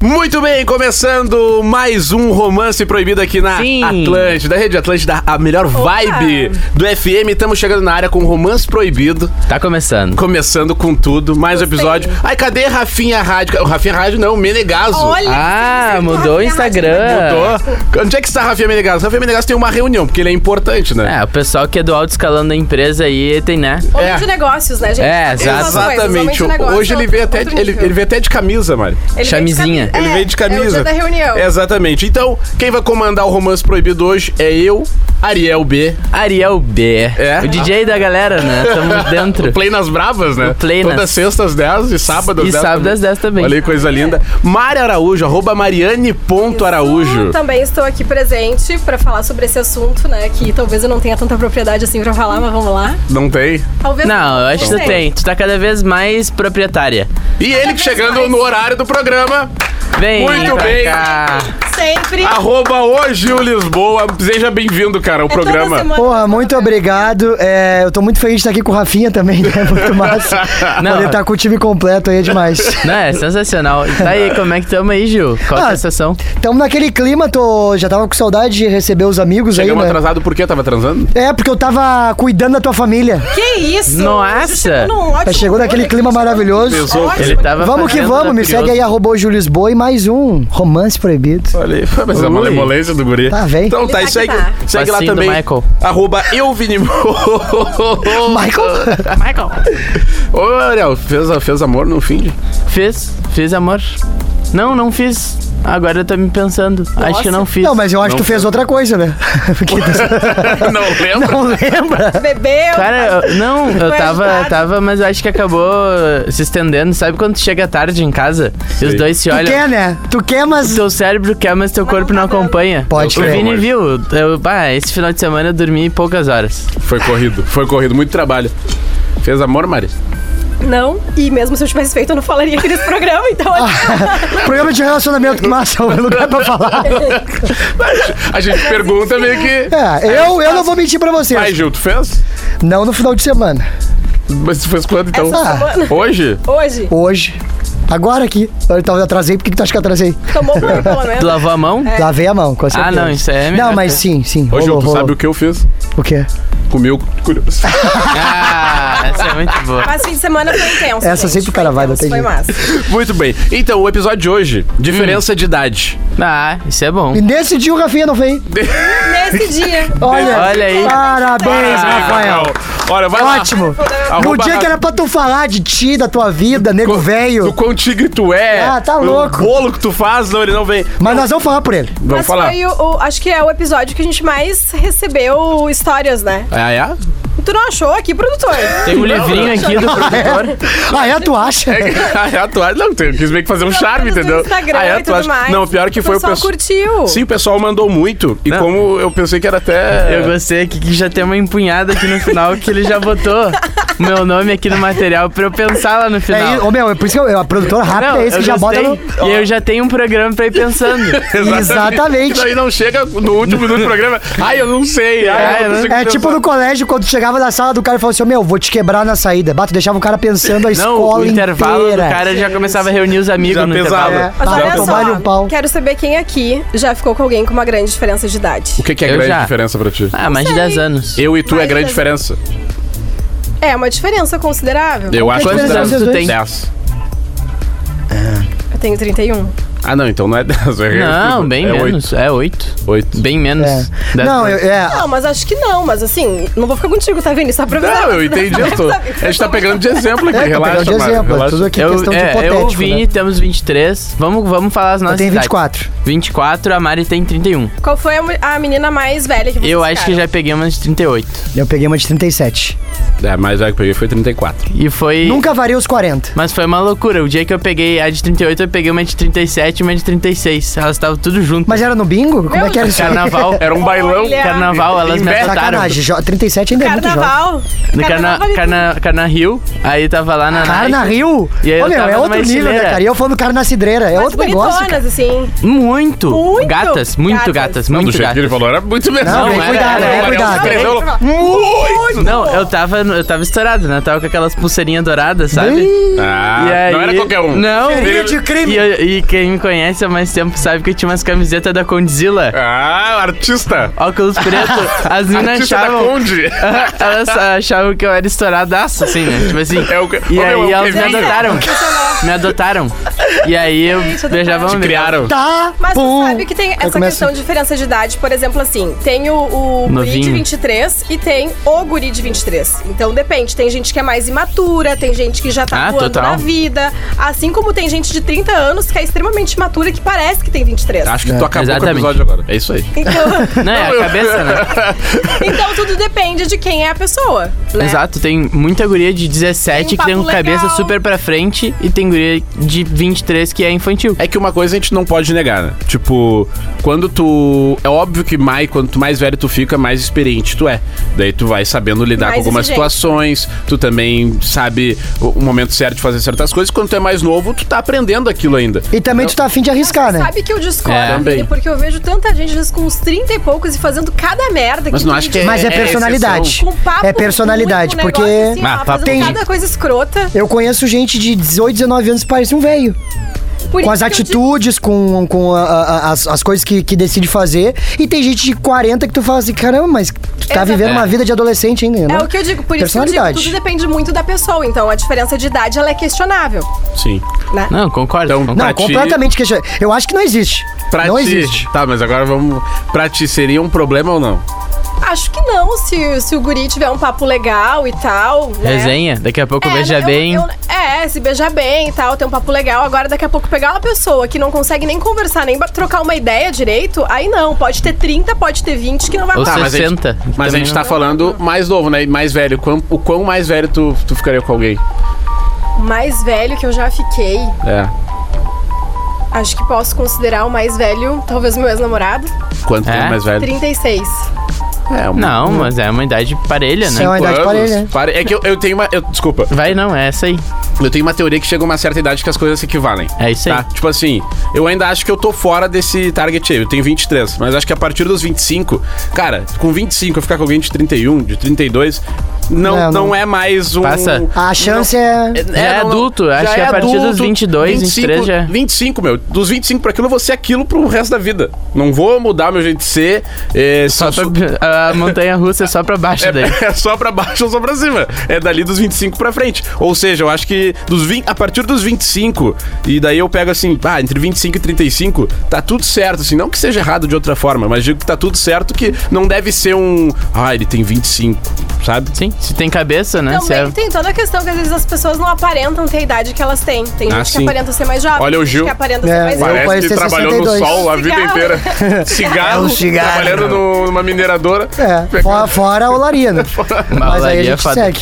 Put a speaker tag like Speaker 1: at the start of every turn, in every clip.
Speaker 1: Muito bem, começando mais um romance proibido aqui na
Speaker 2: Sim.
Speaker 1: Atlântida, Rede Atlântida, a melhor vibe do FM. Estamos chegando na área com romance proibido,
Speaker 2: Tá começando.
Speaker 1: começando com tudo, mais um episódio. Ai, cadê Rafinha Rádio? O Rafinha Rádio não, o Menegaso.
Speaker 3: Olha,
Speaker 2: Ah, mudou
Speaker 3: né,
Speaker 2: o Instagram.
Speaker 1: Tô. Onde é que está Rafinha Menegaso? Rafinha Menegaso tem uma reunião, porque ele é importante, né?
Speaker 2: É, o pessoal que é do alto escalão da empresa aí tem, né?
Speaker 3: Homem
Speaker 1: É.
Speaker 3: de negócios, né, gente?
Speaker 2: É,
Speaker 3: Tem
Speaker 2: exato.
Speaker 3: umas coisas, homem
Speaker 1: Exatamente.
Speaker 3: de negócio
Speaker 1: Hoje
Speaker 3: é
Speaker 1: ele
Speaker 3: outro-
Speaker 1: veio, até,
Speaker 3: outro
Speaker 1: ele,
Speaker 3: nível.
Speaker 1: ele veio até de camisa, Mari.
Speaker 3: Ele
Speaker 2: Chamizinha.
Speaker 3: veio de camisa.
Speaker 1: Ele
Speaker 3: É,
Speaker 1: veio de
Speaker 3: É o
Speaker 1: camisa.
Speaker 3: dia da reunião.
Speaker 1: Exatamente. Então, quem vai comandar o romance proibido hoje é eu, Ariel B.
Speaker 2: Ariel B.
Speaker 1: É?
Speaker 2: O DJ da galera, né? Tamo dentro.
Speaker 1: Play nas bravas, né?
Speaker 2: O Play
Speaker 1: Todas
Speaker 2: nas-
Speaker 1: sexta às 10 e sábado às
Speaker 2: E
Speaker 1: 10.
Speaker 2: sábado às 10 também.
Speaker 1: Olha aí, coisa linda. Mari Araújo, arroba
Speaker 3: Eu
Speaker 1: mariane.araújo.
Speaker 3: Uhum, também estou aqui presente pra falar sobre esse assunto, né? Que talvez eu não tenha tanta propriedade assim pra falar, mas vamos lá.
Speaker 1: Não tem?
Speaker 3: Talvez.
Speaker 2: Não, eu acho que
Speaker 3: não
Speaker 2: tu
Speaker 3: sei.
Speaker 2: tem. Tu tá cada vez mais proprietária.
Speaker 1: E ele que chegando
Speaker 3: mais.
Speaker 1: no horário do programa,
Speaker 2: Vem,
Speaker 1: Muito
Speaker 2: pra
Speaker 1: bem.
Speaker 2: cá.
Speaker 3: Sempre.
Speaker 1: arroba o Gil Lisboa. Seja bem-vindo, cara, ao
Speaker 3: É toda
Speaker 1: programa.
Speaker 3: semana.
Speaker 4: Porra, muito obrigado. É, eu tô muito feliz de estar aqui com o Rafinha também, né? Muito massa.
Speaker 2: Não.
Speaker 4: Poder estar com o time completo aí é demais.
Speaker 2: Não, é sensacional. E Tá aí, como é que tamo aí, Gil? Qual a
Speaker 4: Ah,
Speaker 2: sensação?
Speaker 4: Tamo naquele clima, tô, já tava com saudade de receber os amigos
Speaker 1: Chegamos
Speaker 4: aí, né?
Speaker 1: atrasado porque tava transando?
Speaker 4: É, porque eu tava cuidando da tua família.
Speaker 3: Que isso?
Speaker 2: Nossa.
Speaker 3: Chegou num ótimo
Speaker 4: Chegou naquele
Speaker 3: momento
Speaker 4: Tá clima
Speaker 3: aqui.
Speaker 4: maravilhoso.
Speaker 1: Pesou.
Speaker 3: Ótimo.
Speaker 2: Ele tá- tava
Speaker 4: Vamos que
Speaker 2: fazendo né,
Speaker 4: vamos, me
Speaker 2: curioso.
Speaker 4: segue aí, arroba o Júlio Lisboa e mais um Romance Proibido.
Speaker 1: Olha aí, mas a
Speaker 2: Ui.
Speaker 1: malemolência do guri.
Speaker 4: Tá, vem.
Speaker 1: Então tá,
Speaker 3: Ele
Speaker 1: e
Speaker 3: tá
Speaker 1: segue,
Speaker 3: que tá.
Speaker 1: segue lá
Speaker 2: Passinho do
Speaker 1: também.
Speaker 2: Michael.
Speaker 1: Arroba euvinimo.
Speaker 4: Michael?
Speaker 1: Ô, Ariel, fez, fez amor no fim? de-
Speaker 2: Fiz, fiz amor. Não, não fiz. Agora eu tô me pensando. Acho que não fiz.
Speaker 4: Não, mas eu acho que tu fez outra coisa, né? Porque tu
Speaker 1: Não lembro.
Speaker 4: não lembra.
Speaker 3: Bebeu.
Speaker 2: Cara, eu- não, eu
Speaker 3: Foi
Speaker 2: tava,
Speaker 3: agitado.
Speaker 2: tava, mas eu acho que acabou se estendendo. Sabe quando tu chega tarde em casa e os dois se
Speaker 4: Tu
Speaker 2: olham?
Speaker 4: quer, né? Tu quer, mas...
Speaker 2: Teu cérebro quer, mas teu corpo
Speaker 3: não
Speaker 2: não
Speaker 3: tá dando.
Speaker 2: acompanha.
Speaker 4: Pode
Speaker 2: O
Speaker 4: crer.
Speaker 2: Vini viu. Eu, bah, esse final de semana eu dormi poucas horas.
Speaker 1: Foi corrido, foi corrido, muito trabalho. Fez amor, Mari?
Speaker 3: Não, e mesmo se eu tivesse feito, eu não falaria aqui nesse programa, então.
Speaker 4: Programa de relacionamento, que massa, o lugar pra falar.
Speaker 1: A gente pergunta meio que.
Speaker 4: É, eu, eu não vou mentir pra
Speaker 1: Ai,
Speaker 4: vocês.
Speaker 1: Gil, tu fez?
Speaker 4: Não no final de semana.
Speaker 1: Mas tu fez quando então?
Speaker 4: Essa
Speaker 3: semana.
Speaker 1: Hoje?
Speaker 3: Hoje,
Speaker 4: Hoje. Agora aqui. Eu tava atrasei, por que, que tu acha que eu atrasei?
Speaker 3: tomou banho, pelo
Speaker 2: Tu
Speaker 3: menos.
Speaker 2: lavou a mão?
Speaker 4: Lavei a mão, com certeza.
Speaker 2: É. não, isso é melhor.
Speaker 4: Não, mas sim, sim.
Speaker 1: Ô, Gil,
Speaker 4: rolou,
Speaker 1: tu
Speaker 4: rolou.
Speaker 1: sabe o que eu fiz?
Speaker 4: o quê?
Speaker 1: Comi o curioso.
Speaker 2: Ah, essa é muito boa.
Speaker 3: Mas fim de semana foi intenso.
Speaker 4: Essa
Speaker 3: gente,
Speaker 4: sempre o
Speaker 3: foi
Speaker 4: cara vai, não
Speaker 3: intenso,
Speaker 4: tem
Speaker 3: Foi
Speaker 4: jeito.
Speaker 3: massa.
Speaker 1: Muito bem. Então, o episódio de hoje:
Speaker 4: Hum.
Speaker 1: diferença de idade.
Speaker 2: Ah, isso é bom.
Speaker 4: E nesse dia o Rafinha não veio.
Speaker 3: Nesse dia.
Speaker 4: Olha,
Speaker 2: Olha aí.
Speaker 4: Parabéns, Rafael.
Speaker 1: Ah, Olha, vai lá.
Speaker 4: Ótimo. No
Speaker 1: Arroba
Speaker 4: dia que era pra tu falar de ti, da tua vida, nego
Speaker 1: Do
Speaker 4: velho.
Speaker 1: quão tigre tu é.
Speaker 4: Ah, tá
Speaker 1: O
Speaker 4: louco.
Speaker 1: bolo que tu faz, não, ele não vem.
Speaker 4: Mas nós vamos falar por ele.
Speaker 1: Vamos
Speaker 3: Mas
Speaker 1: falar.
Speaker 3: foi o, o- Acho que é o episódio que a gente mais recebeu histórias, né?
Speaker 1: Ah, é?
Speaker 3: Tu não achou aqui, produtor?
Speaker 2: Tem um livrinho aqui do
Speaker 4: Ah, é, tu acha?
Speaker 1: É que- ah, é, tu acha? Não, eu quis meio que fazer um charme,
Speaker 3: Tá No
Speaker 1: entendeu?
Speaker 3: Instagram
Speaker 1: Ah, é,
Speaker 3: e
Speaker 1: tu
Speaker 3: tudo
Speaker 1: acha?
Speaker 3: mais.
Speaker 1: Não, pior que foi o
Speaker 3: pessoal.
Speaker 1: pessoal.
Speaker 3: curtiu.
Speaker 1: Sim, o pessoal mandou muito. E
Speaker 2: Não.
Speaker 1: como eu pensei que era até.
Speaker 2: Eu gostei aqui que já tem uma empunhada aqui no final que ele já botou o meu nome aqui no material pra eu pensar lá no final.
Speaker 4: É, isso- ô, meu, é por isso que eu- a produtora rápida é esse
Speaker 2: eu
Speaker 4: que já bota no.
Speaker 2: gostei. E eu já tenho um programa pra ir pensando.
Speaker 4: Exatamente.
Speaker 1: Daí não chega no último minuto do programa. Ai, eu não sei. Ai,
Speaker 2: É,
Speaker 1: eu não consigo
Speaker 4: É tipo
Speaker 1: pensar."
Speaker 4: no colégio, quando chegava na sala do cara e falava assim: "Ô, Meu, vou te quebrar na saída. Bato, deixava o cara pensando
Speaker 2: Não,
Speaker 4: a escola
Speaker 2: o intervalo
Speaker 4: inteira.
Speaker 2: do cara é já começava a reunir os amigos
Speaker 1: Já
Speaker 2: no
Speaker 1: pesava. É.
Speaker 2: intervalo.
Speaker 3: Mas
Speaker 4: Tá,
Speaker 3: olha
Speaker 4: então vale um
Speaker 3: só,
Speaker 4: pau.
Speaker 3: quero saber quem aqui já ficou com alguém com uma grande diferença de idade.
Speaker 1: O que, que é
Speaker 2: Eu
Speaker 1: grande
Speaker 2: já.
Speaker 1: diferença pra ti?
Speaker 2: Ah, mais de
Speaker 3: sei.
Speaker 2: 10 anos.
Speaker 1: Eu e tu é
Speaker 3: Mas-
Speaker 1: grande diferença.
Speaker 3: É uma diferença considerável.
Speaker 4: é
Speaker 1: Eu acho
Speaker 2: Quantos
Speaker 1: que
Speaker 2: anos tu tem?
Speaker 1: 10.
Speaker 3: Eu tenho 31.
Speaker 1: Ah, não, então não é 10. eu errei.
Speaker 2: Não, bem
Speaker 1: é
Speaker 2: menos. É 8.
Speaker 1: 8.
Speaker 2: Bem menos.
Speaker 4: É.
Speaker 2: Dez
Speaker 4: Não,
Speaker 2: anos.
Speaker 4: eu, é,
Speaker 3: Não, Ah, mas acho que não. Mas assim, não vou ficar contigo, tá vendo? Só pra avisar.
Speaker 1: Não, eu entendi. Eu tô... A gente tá pegando de exemplo aqui.
Speaker 4: É, tô
Speaker 1: relaxa,
Speaker 4: pegando de
Speaker 1: Mário,
Speaker 4: exemplo,
Speaker 1: relaxa.
Speaker 4: tudo aqui é
Speaker 2: Eu-
Speaker 4: questão de
Speaker 2: é,
Speaker 4: hipotético.
Speaker 2: eu, o Vini,
Speaker 4: né?
Speaker 2: temos 23. Vamos, vamos falar as
Speaker 4: Eu
Speaker 2: nossas
Speaker 4: tenho
Speaker 2: idades.
Speaker 4: 24.
Speaker 2: 24, a Mari tem 31.
Speaker 3: Qual foi a, mu- a menina mais velha que você
Speaker 2: Eu acho que já peguei uma de 38.
Speaker 4: Eu peguei uma de 37.
Speaker 1: É, mas já que eu peguei foi 34.
Speaker 2: E foi.
Speaker 4: Nunca varia os 40.
Speaker 2: Mas foi uma loucura. O dia que eu peguei a de 38, eu peguei uma de 37 37 e uma de 36. Elas estavam tudo junto.
Speaker 4: Mas era no bingo? Como é que era isso? aí?
Speaker 2: Carnaval.
Speaker 1: Era um bailão.
Speaker 3: Olha.
Speaker 2: Carnaval, elas me
Speaker 1: Inverno.
Speaker 2: adotaram.
Speaker 4: Sacanagem, jo- 37 ainda é muito jovem.
Speaker 3: Carnaval.
Speaker 2: No Carna,
Speaker 3: Carnaval de-
Speaker 2: Carna, Carna Rio, aí tava lá na
Speaker 4: Carna
Speaker 2: Nike.
Speaker 4: Rio?
Speaker 2: E aí
Speaker 4: Ô,
Speaker 2: eu
Speaker 4: meu,
Speaker 2: tava
Speaker 4: é
Speaker 2: numa
Speaker 4: outro nível, né,
Speaker 2: estileira.
Speaker 4: cara? E eu falo cara cidreira, é
Speaker 3: Mas
Speaker 4: outro negócio. cara.
Speaker 3: bonitonas, assim.
Speaker 2: Muito.
Speaker 3: Muito.
Speaker 2: Gatas, muito gatas,
Speaker 3: Gatas.
Speaker 1: Do
Speaker 2: muito
Speaker 1: jeito que
Speaker 2: gatas.
Speaker 1: ele falou, era muito mesmo.
Speaker 4: Não, vem
Speaker 2: era-
Speaker 4: cuidado,
Speaker 2: era-
Speaker 4: vem
Speaker 2: era-
Speaker 4: cuidado.
Speaker 3: É,
Speaker 1: escreveu muito.
Speaker 2: Não, eu tava, no- eu tava estourado, né? Eu tava com aquelas pulseirinhas douradas, sabe?
Speaker 1: Ah,
Speaker 2: E aí-
Speaker 1: não era qualquer um.
Speaker 2: Não.
Speaker 4: Cheirinho de crime.
Speaker 2: E, eu- e quem me conhece há mais tempo sabe que eu tinha umas camisetas da Condzilla.
Speaker 1: Ah, artista.
Speaker 2: Óculos preto. As meninas
Speaker 1: Artista da
Speaker 2: achavam...
Speaker 1: Conde.
Speaker 2: elas achavam que eu era estouradaço, assim, né? Tipo assim.
Speaker 1: É o que-
Speaker 2: E
Speaker 1: Ô,
Speaker 2: aí
Speaker 1: meu, é o
Speaker 2: elas me
Speaker 1: Kevin.
Speaker 2: adotaram.
Speaker 3: é.
Speaker 2: Me adotaram. E aí eu
Speaker 3: Gente, adotaram.
Speaker 2: beijava
Speaker 3: Te
Speaker 2: uma
Speaker 1: Criaram.
Speaker 4: Tá,
Speaker 3: Mas
Speaker 4: pum.
Speaker 3: você sabe que tem
Speaker 4: Aí
Speaker 3: essa
Speaker 4: começa-
Speaker 3: questão de diferença de idade. Por exemplo, assim, tem o, o guri de
Speaker 2: Novinho.
Speaker 3: 23 e tem o guri de 23. Então depende. Tem gente que é mais imatura, tem gente que já tá
Speaker 2: Ah,
Speaker 3: voando
Speaker 2: total.
Speaker 3: na vida. Assim como tem gente de 30 anos que é extremamente imatura e que parece que tem 23.
Speaker 1: Acho que tu acabou com o
Speaker 2: exatamente.
Speaker 1: episódio agora. É isso aí.
Speaker 3: Então,
Speaker 2: Não, é a cabeça, né?
Speaker 3: então tudo depende de quem é a pessoa. Né?
Speaker 2: Exato, tem muita guria de
Speaker 3: Tem
Speaker 2: 17
Speaker 3: papo
Speaker 2: que tem com a cabeça
Speaker 3: legal.
Speaker 2: super pra frente e tem guria de 23 que é infantil.
Speaker 1: É que uma coisa a gente não pode negar, né? Tipo, quando tu. É óbvio que mais, quanto mais velho tu fica, mais experiente tu é. Daí tu vai sabendo lidar
Speaker 3: Mais
Speaker 1: com algumas
Speaker 3: exigente.
Speaker 1: situações, tu também sabe o o momento certo de fazer certas coisas. Quando tu é mais novo, tu tá aprendendo aquilo ainda.
Speaker 4: E também tu tá afim de arriscar, né?
Speaker 3: Sabe que eu
Speaker 1: É,
Speaker 3: discordo,
Speaker 1: também.
Speaker 3: Vini, porque eu vejo tanta gente às vezes, com uns 30 e poucos e fazendo cada merda
Speaker 1: Mas
Speaker 3: que
Speaker 1: não
Speaker 3: tu
Speaker 1: acho
Speaker 3: me
Speaker 1: que
Speaker 3: diz.
Speaker 4: Mas é,
Speaker 1: É
Speaker 4: personalidade.
Speaker 3: Com Um papo
Speaker 4: é personalidade,
Speaker 3: ruim, com
Speaker 4: porque
Speaker 3: negócio Assim,
Speaker 1: Ah,
Speaker 3: ó,
Speaker 1: papo
Speaker 3: fazendo
Speaker 4: ruim.
Speaker 3: cada coisa escrota.
Speaker 4: eu conheço gente de 18, 19 anos que parece um velho.
Speaker 3: Por
Speaker 4: Com
Speaker 3: isso
Speaker 4: as
Speaker 3: que eu digo-
Speaker 4: atitudes, com, com a- a- as, as coisas que, que decide fazer. E tem gente de 40 que tu fala assim, caramba, mas tu tá
Speaker 3: Exato.
Speaker 4: vivendo uma vida de adolescente ainda. né?
Speaker 3: É o que eu digo, por isso que eu digo,
Speaker 4: Personalidade.
Speaker 3: tudo depende muito da pessoa. Então, a diferença de idade, ela é questionável,
Speaker 1: Sim.
Speaker 3: né?
Speaker 2: Não, concordo.
Speaker 1: Então,
Speaker 4: Não,
Speaker 1: pra ti-
Speaker 4: completamente questão. Eu acho que não existe.
Speaker 1: Pra
Speaker 4: não
Speaker 1: ti.
Speaker 4: existe.
Speaker 1: Tá, mas agora vamos. Pra ti, seria um problema ou não?
Speaker 3: Acho que não, se, se o guri tiver um papo legal e tal, né?
Speaker 2: Resenha, daqui a pouco
Speaker 3: É,
Speaker 2: beija
Speaker 3: eu-
Speaker 2: bem.
Speaker 3: eu- é, se beijar bem e tal, ter um papo legal. Agora, daqui a pouco, pegar uma pessoa que não consegue nem conversar, nem ba- trocar uma ideia direito, aí não. Pode ter 30, pode ter 20, que não vai
Speaker 2: Ou
Speaker 3: rolar.
Speaker 1: Tá, mas a gente-
Speaker 2: 60.
Speaker 1: Mas a gente tá falando mais novo, né? E Mais velho. Quão- o quão mais velho tu, tu ficaria com alguém?
Speaker 3: O mais velho que eu já fiquei,
Speaker 1: É.
Speaker 3: acho que posso considerar o mais velho, talvez meu ex-namorado,
Speaker 1: Quanto
Speaker 2: É?
Speaker 1: tempo mais velho?
Speaker 3: 36.
Speaker 1: É, um,
Speaker 2: Não, mas é uma idade parelha,
Speaker 4: Isso é
Speaker 2: né?
Speaker 4: uma idade
Speaker 1: anos.
Speaker 4: parelha, né?
Speaker 1: Pare- É que eu, eu tenho uma. eu- desculpa.
Speaker 2: Vai não, é essa aí.
Speaker 1: Eu tenho uma teoria que chega a uma certa idade que as coisas se equivalem.
Speaker 2: É isso aí.
Speaker 1: Tá? Tipo assim, eu ainda acho que eu tô fora desse target aí. Eu tenho 23, mas acho que a partir dos 25, cara, com 25 eu ficar com alguém de 31, de 32, não,
Speaker 4: Não,
Speaker 1: não,
Speaker 4: não.
Speaker 1: é mais um.
Speaker 2: Passa.
Speaker 4: A chance é.
Speaker 2: Já é adulto, acho que a partir dos 22, 23 já é.
Speaker 1: 25, meu. Dos 25 pra aquilo, eu vou ser aquilo pro resto da vida. Não vou mudar meu jeito de ser. É,
Speaker 2: Só
Speaker 1: sou-
Speaker 2: pra- a montanha russa é só pra baixo daí.
Speaker 1: É, é só pra baixo ou só pra cima. É dali dos 25 pra frente. Ou seja, eu acho que dos 20, a partir dos 25, e daí eu pego assim, ah, entre 25 e 35, tá tudo certo, assim. Não que seja errado de outra forma, mas digo que tá tudo certo que não deve ser um. Ah, ele tem 25, sabe?
Speaker 2: Sim, se tem cabeça,
Speaker 1: Ah,
Speaker 2: né? Se
Speaker 3: Também
Speaker 2: é-
Speaker 3: tem toda a questão que às vezes as pessoas não aparentam ter a idade que elas têm. Tem gente
Speaker 1: Ah,
Speaker 3: que
Speaker 1: sim.
Speaker 3: aparenta ser mais jovem,
Speaker 1: Olha
Speaker 3: tem
Speaker 1: o
Speaker 3: gente
Speaker 1: Gil.
Speaker 3: que aparenta
Speaker 4: É,
Speaker 3: ser mais velha.
Speaker 4: eu- parece
Speaker 1: Parece que
Speaker 4: ser
Speaker 1: trabalhou
Speaker 4: 62.
Speaker 1: no sol a vida
Speaker 3: Cigarro.
Speaker 1: inteira. Cigarro,
Speaker 4: É um cigarro.
Speaker 1: trabalhando no- numa mineradora.
Speaker 4: É, fora, fora a olaria, né? Mas aí a
Speaker 2: olaria é
Speaker 4: gente
Speaker 2: foda.
Speaker 4: segue.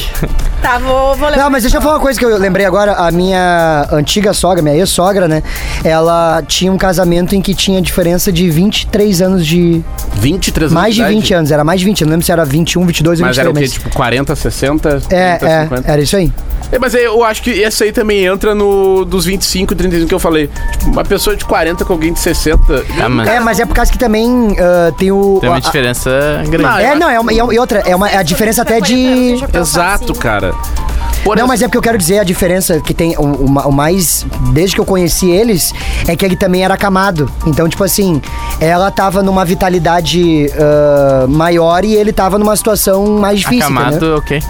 Speaker 3: Tá, vou, vou levar.
Speaker 4: Não, mas deixa eu falar uma coisa que eu lembrei agora. A minha antiga sogra, minha ex-sogra, né? Ela tinha um casamento em que tinha diferença de 23 anos de.
Speaker 1: 23
Speaker 4: Mais de 20 anos, era mais de 20, eu não lembro se era 21, 22 ou
Speaker 1: Mas
Speaker 4: 23.
Speaker 1: era o quê? Tipo 40, 60?
Speaker 4: é,
Speaker 1: 30,
Speaker 4: é,
Speaker 1: 50?
Speaker 4: era isso aí.
Speaker 1: É, mas aí eu acho que esse aí também entra no dos 25, 35 que eu falei. Tipo, uma pessoa de 40 com alguém de 60.
Speaker 2: Ah, mas
Speaker 4: É, mas é por causa que também ah, tem o.
Speaker 2: tem uma
Speaker 4: a-
Speaker 2: diferença grande.
Speaker 1: Não,
Speaker 4: é, não, é uma, e é uma- e outra, é uma, é a diferença até de.
Speaker 1: Exato,
Speaker 3: assim,
Speaker 1: cara. Por
Speaker 4: Não,
Speaker 1: ex-
Speaker 4: mas é porque eu quero dizer a diferença que tem o, o ma- o mais. Desde que eu conheci eles, é que ele também era camado. Então, tipo assim, ela tava numa vitalidade ah, maior e ele tava numa situação mais difícil.
Speaker 2: Acamado, ok.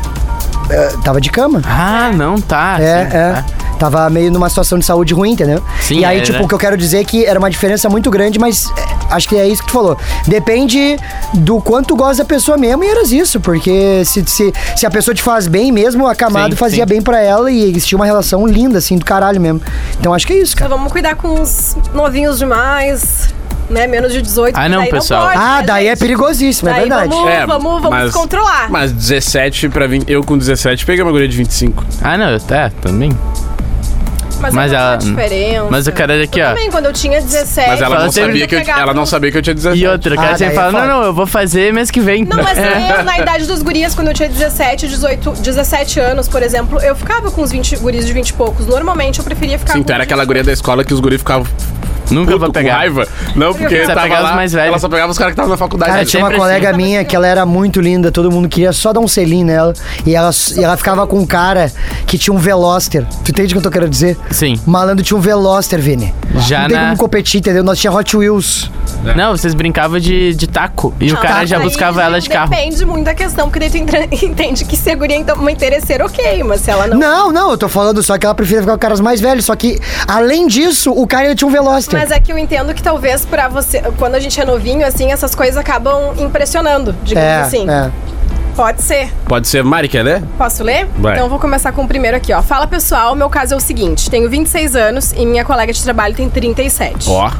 Speaker 4: Tava de cama.
Speaker 2: Ah, não, tá.
Speaker 4: É,
Speaker 2: sim,
Speaker 4: é.
Speaker 2: tá.
Speaker 4: Tava meio numa situação de saúde ruim, entendeu?
Speaker 2: Sim,
Speaker 4: e aí,
Speaker 2: é,
Speaker 4: tipo,
Speaker 2: né?
Speaker 4: o que eu quero dizer é que era uma diferença muito grande, mas é, acho que é isso que tu falou. Depende do quanto tu gosta da pessoa mesmo, e era isso, porque se, se, se a pessoa te faz bem mesmo, a camada
Speaker 2: Sim,
Speaker 4: fazia
Speaker 2: sim.
Speaker 4: bem pra ela e existia uma relação linda, assim, do caralho mesmo. Então acho que é isso,
Speaker 3: Então
Speaker 4: cara.
Speaker 3: vamos cuidar com os novinhos demais, né? Menos de 18.
Speaker 2: Ah,
Speaker 3: porque
Speaker 2: não,
Speaker 3: daí
Speaker 2: pessoal.
Speaker 3: pode,
Speaker 4: Ah,
Speaker 3: né,
Speaker 4: daí é
Speaker 3: gente?
Speaker 4: perigosíssimo, é
Speaker 3: Daí
Speaker 4: verdade.
Speaker 3: vamos- vamos- vamos controlar.
Speaker 1: Mas 17 pra 20. Eu com 17 peguei uma guria de 25.
Speaker 2: Ah, não, tá, também.
Speaker 3: Mas,
Speaker 2: Mas
Speaker 3: ela,
Speaker 2: ela-
Speaker 3: não tinha diferença.
Speaker 2: mas o cara era aqui, ó.
Speaker 3: Eu também, quando eu tinha 17.
Speaker 1: Mas ela
Speaker 2: Fala
Speaker 1: não,
Speaker 2: sempre
Speaker 1: sabia
Speaker 3: eu um-
Speaker 1: que eu,
Speaker 3: É, pegava-
Speaker 1: ela não sabia que eu tinha 17.
Speaker 2: E outra, o cara
Speaker 4: Ah,
Speaker 2: sempre
Speaker 4: daí é
Speaker 2: fala,
Speaker 4: foda.
Speaker 2: não, não, eu vou fazer mês que vem.
Speaker 3: Não, é mas eu, na idade dos gurias, quando eu tinha 17, 18, 17 anos, por exemplo, eu ficava com uns 20 guris de 20 e poucos. Normalmente eu preferia ficar
Speaker 1: Sim,
Speaker 3: com
Speaker 1: tu Então era
Speaker 3: uns 20
Speaker 1: aquela guria da escola que os guris ficavam
Speaker 2: Nunca
Speaker 1: puto,
Speaker 2: vou pegar.
Speaker 1: com raiva. Não, porque
Speaker 2: Só
Speaker 1: tava
Speaker 2: pegava os
Speaker 1: lá,
Speaker 2: mais velhos.
Speaker 1: ela só pegava os caras que estavam na faculdade. né?
Speaker 4: Cara,
Speaker 2: Cara,
Speaker 4: tinha uma
Speaker 2: sempre
Speaker 4: colega
Speaker 2: assim.
Speaker 4: minha que ela era muito linda, todo mundo queria só dar um selinho nela. E ela, e ela ficava com um cara que tinha um Veloster. Tu entende o que eu tô querendo dizer?
Speaker 2: Sim.
Speaker 4: O Malandro tinha um Veloster, Vini.
Speaker 2: Já
Speaker 4: Não tem
Speaker 2: na-
Speaker 4: como competir, entendeu? Nós tinha Hot Wheels.
Speaker 1: É.
Speaker 2: Não, vocês brincavam de, de taco. E o
Speaker 3: Não,
Speaker 2: cara
Speaker 3: Tá, mas
Speaker 2: já
Speaker 3: Ah, aí
Speaker 2: buscava ela de carro.
Speaker 3: Depende muito da questão, porque daí tu entra- entende que se a guria então, uma interesseira, ok, mas se ela não.
Speaker 4: Não, não, eu tô falando só que ela preferia ficar com caras mais velhos. Só que, além disso, o cara ele tinha um Veloster.
Speaker 3: Mas é que eu entendo que talvez pra você, quando a gente é novinho, assim, essas coisas acabam impressionando, digamos
Speaker 4: É,
Speaker 3: assim.
Speaker 4: é.
Speaker 3: Pode ser.
Speaker 1: Pode ser né? Mari, quer ler?
Speaker 3: Posso ler?
Speaker 1: Vai.
Speaker 3: Então vou começar com o primeiro aqui, ó. Fala pessoal, meu caso é o seguinte: tenho 26 anos e minha colega de trabalho tem 37.
Speaker 1: Ó.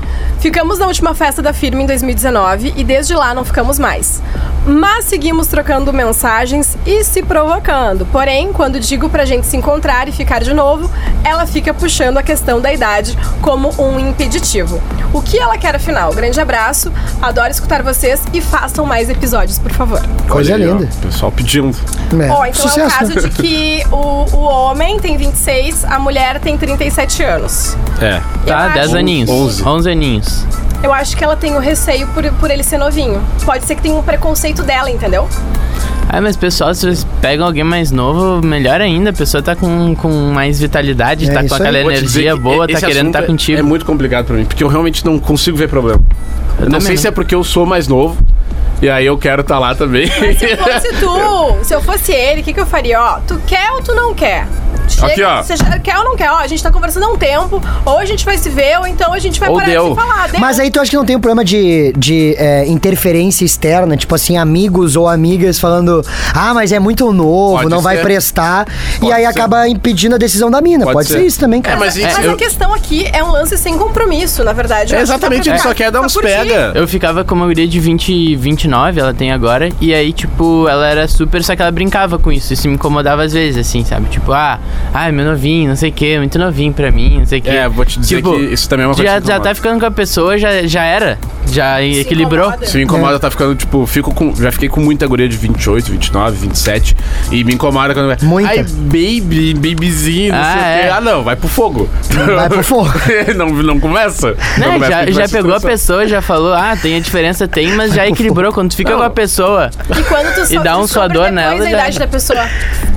Speaker 3: Ficamos na última festa da firma em 2019 e desde lá não ficamos mais. Mas seguimos trocando mensagens e se provocando. Porém, quando digo pra gente se encontrar e ficar de novo, ela fica puxando a questão da idade como um impeditivo. O que ela quer afinal? Grande abraço, adoro escutar vocês e façam mais episódios, por favor.
Speaker 2: é,
Speaker 4: Coisa
Speaker 1: Olha aí, ó,
Speaker 4: linda.
Speaker 1: o pessoal um- pedindo.
Speaker 4: É,
Speaker 3: Ó, então é o caso de que o, o homem tem 26, a mulher tem 37 anos.
Speaker 1: É.
Speaker 2: Tá,
Speaker 3: Eu
Speaker 2: 10
Speaker 3: acho-
Speaker 2: aninhos.
Speaker 1: 11.
Speaker 2: 11 aninhos.
Speaker 3: Eu acho que ela tem o receio por, por ele ser novinho. Pode ser que tenha um preconceito dela, entendeu?
Speaker 2: Ah, mas pessoal, se vocês pegam alguém mais novo, melhor ainda. A pessoa tá com, com mais vitalidade,
Speaker 4: É,
Speaker 2: tá
Speaker 4: isso
Speaker 2: com
Speaker 4: aí.
Speaker 2: aquela
Speaker 1: Vou te dizer
Speaker 2: energia
Speaker 1: que
Speaker 2: boa,
Speaker 1: e-
Speaker 2: tá
Speaker 1: esse
Speaker 2: querendo
Speaker 1: assunto
Speaker 2: estar
Speaker 1: é-
Speaker 2: contigo.
Speaker 1: É muito complicado pra mim, porque eu realmente não consigo ver problema. Eu, não
Speaker 2: também
Speaker 1: sei
Speaker 2: não.
Speaker 1: se é porque eu sou mais novo, e aí eu quero estar lá também.
Speaker 3: Se eu fosse tu, se eu fosse ele, o que, que eu faria? Ó, tu quer ou tu não quer? Chega,
Speaker 1: Aqui, ó.
Speaker 3: Você já- quer ou não quer? Ó, a gente tá conversando há um tempo, ou a gente vai se ver, ou então a gente vai
Speaker 1: Ou
Speaker 3: parar
Speaker 1: deu.
Speaker 3: de se falar. Deu.
Speaker 4: Mas aí tu acha que não tem um problema de, de é, interferência externa, tipo assim, amigos ou amigas falando, ah, mas é muito novo,
Speaker 1: Pode
Speaker 4: não vai
Speaker 1: ser.
Speaker 4: prestar, e
Speaker 1: Pode
Speaker 4: aí
Speaker 1: ser.
Speaker 4: acaba impedindo a decisão da mina. Pode,
Speaker 1: Pode
Speaker 4: ser.
Speaker 1: ser.
Speaker 4: isso também, cara.
Speaker 1: É, mas isso-
Speaker 3: Mas a
Speaker 1: eu-
Speaker 3: questão aqui é um lance sem compromisso, na verdade. Eu
Speaker 1: É
Speaker 3: acho que dá
Speaker 1: exatamente,
Speaker 3: pra
Speaker 1: ele só
Speaker 3: ficar-
Speaker 1: quer dar
Speaker 3: pra
Speaker 1: uns
Speaker 3: curtir.
Speaker 1: pega.
Speaker 2: Eu ficava com uma guria de 20, 29, ela tem agora, e aí, tipo, ela era super, só que ela brincava com isso, isso me incomodava às vezes, assim, sabe? Tipo, ah, ai, meu novinho, não sei o que, muito novinho pra mim, não sei o que.
Speaker 1: É, vou te dizer que isso também é uma coisa
Speaker 2: já,
Speaker 1: que
Speaker 2: já
Speaker 1: incomoda.
Speaker 2: tá ficando com a pessoa, já, já era, já equilibrou.
Speaker 3: incomoda.
Speaker 1: Se me
Speaker 2: É.
Speaker 1: incomoda, tá ficando, tipo, fico com. Já fiquei com muita guria de 28, 29, 27. E me incomoda quando vai.
Speaker 4: Muita.
Speaker 1: Ai, baby, babyzinho, não
Speaker 2: Ah,
Speaker 1: sei o
Speaker 2: é.
Speaker 1: quê. Ah, não, vai pro fogo.
Speaker 4: Vai pro fogo.
Speaker 1: não, não começa.
Speaker 2: Né,
Speaker 1: começa,
Speaker 2: já
Speaker 1: porque
Speaker 2: já
Speaker 1: começa
Speaker 2: pegou a
Speaker 1: situação.
Speaker 2: pessoa, já falou, ah, tem a diferença, tem, mas já equilibrou. Quando tu fica
Speaker 1: Não.
Speaker 2: com a pessoa,
Speaker 3: E quando tu só
Speaker 2: dá um
Speaker 3: descobre
Speaker 2: suador
Speaker 3: depois
Speaker 2: nela,
Speaker 3: a
Speaker 2: já
Speaker 3: idade
Speaker 2: era.
Speaker 3: da pessoa.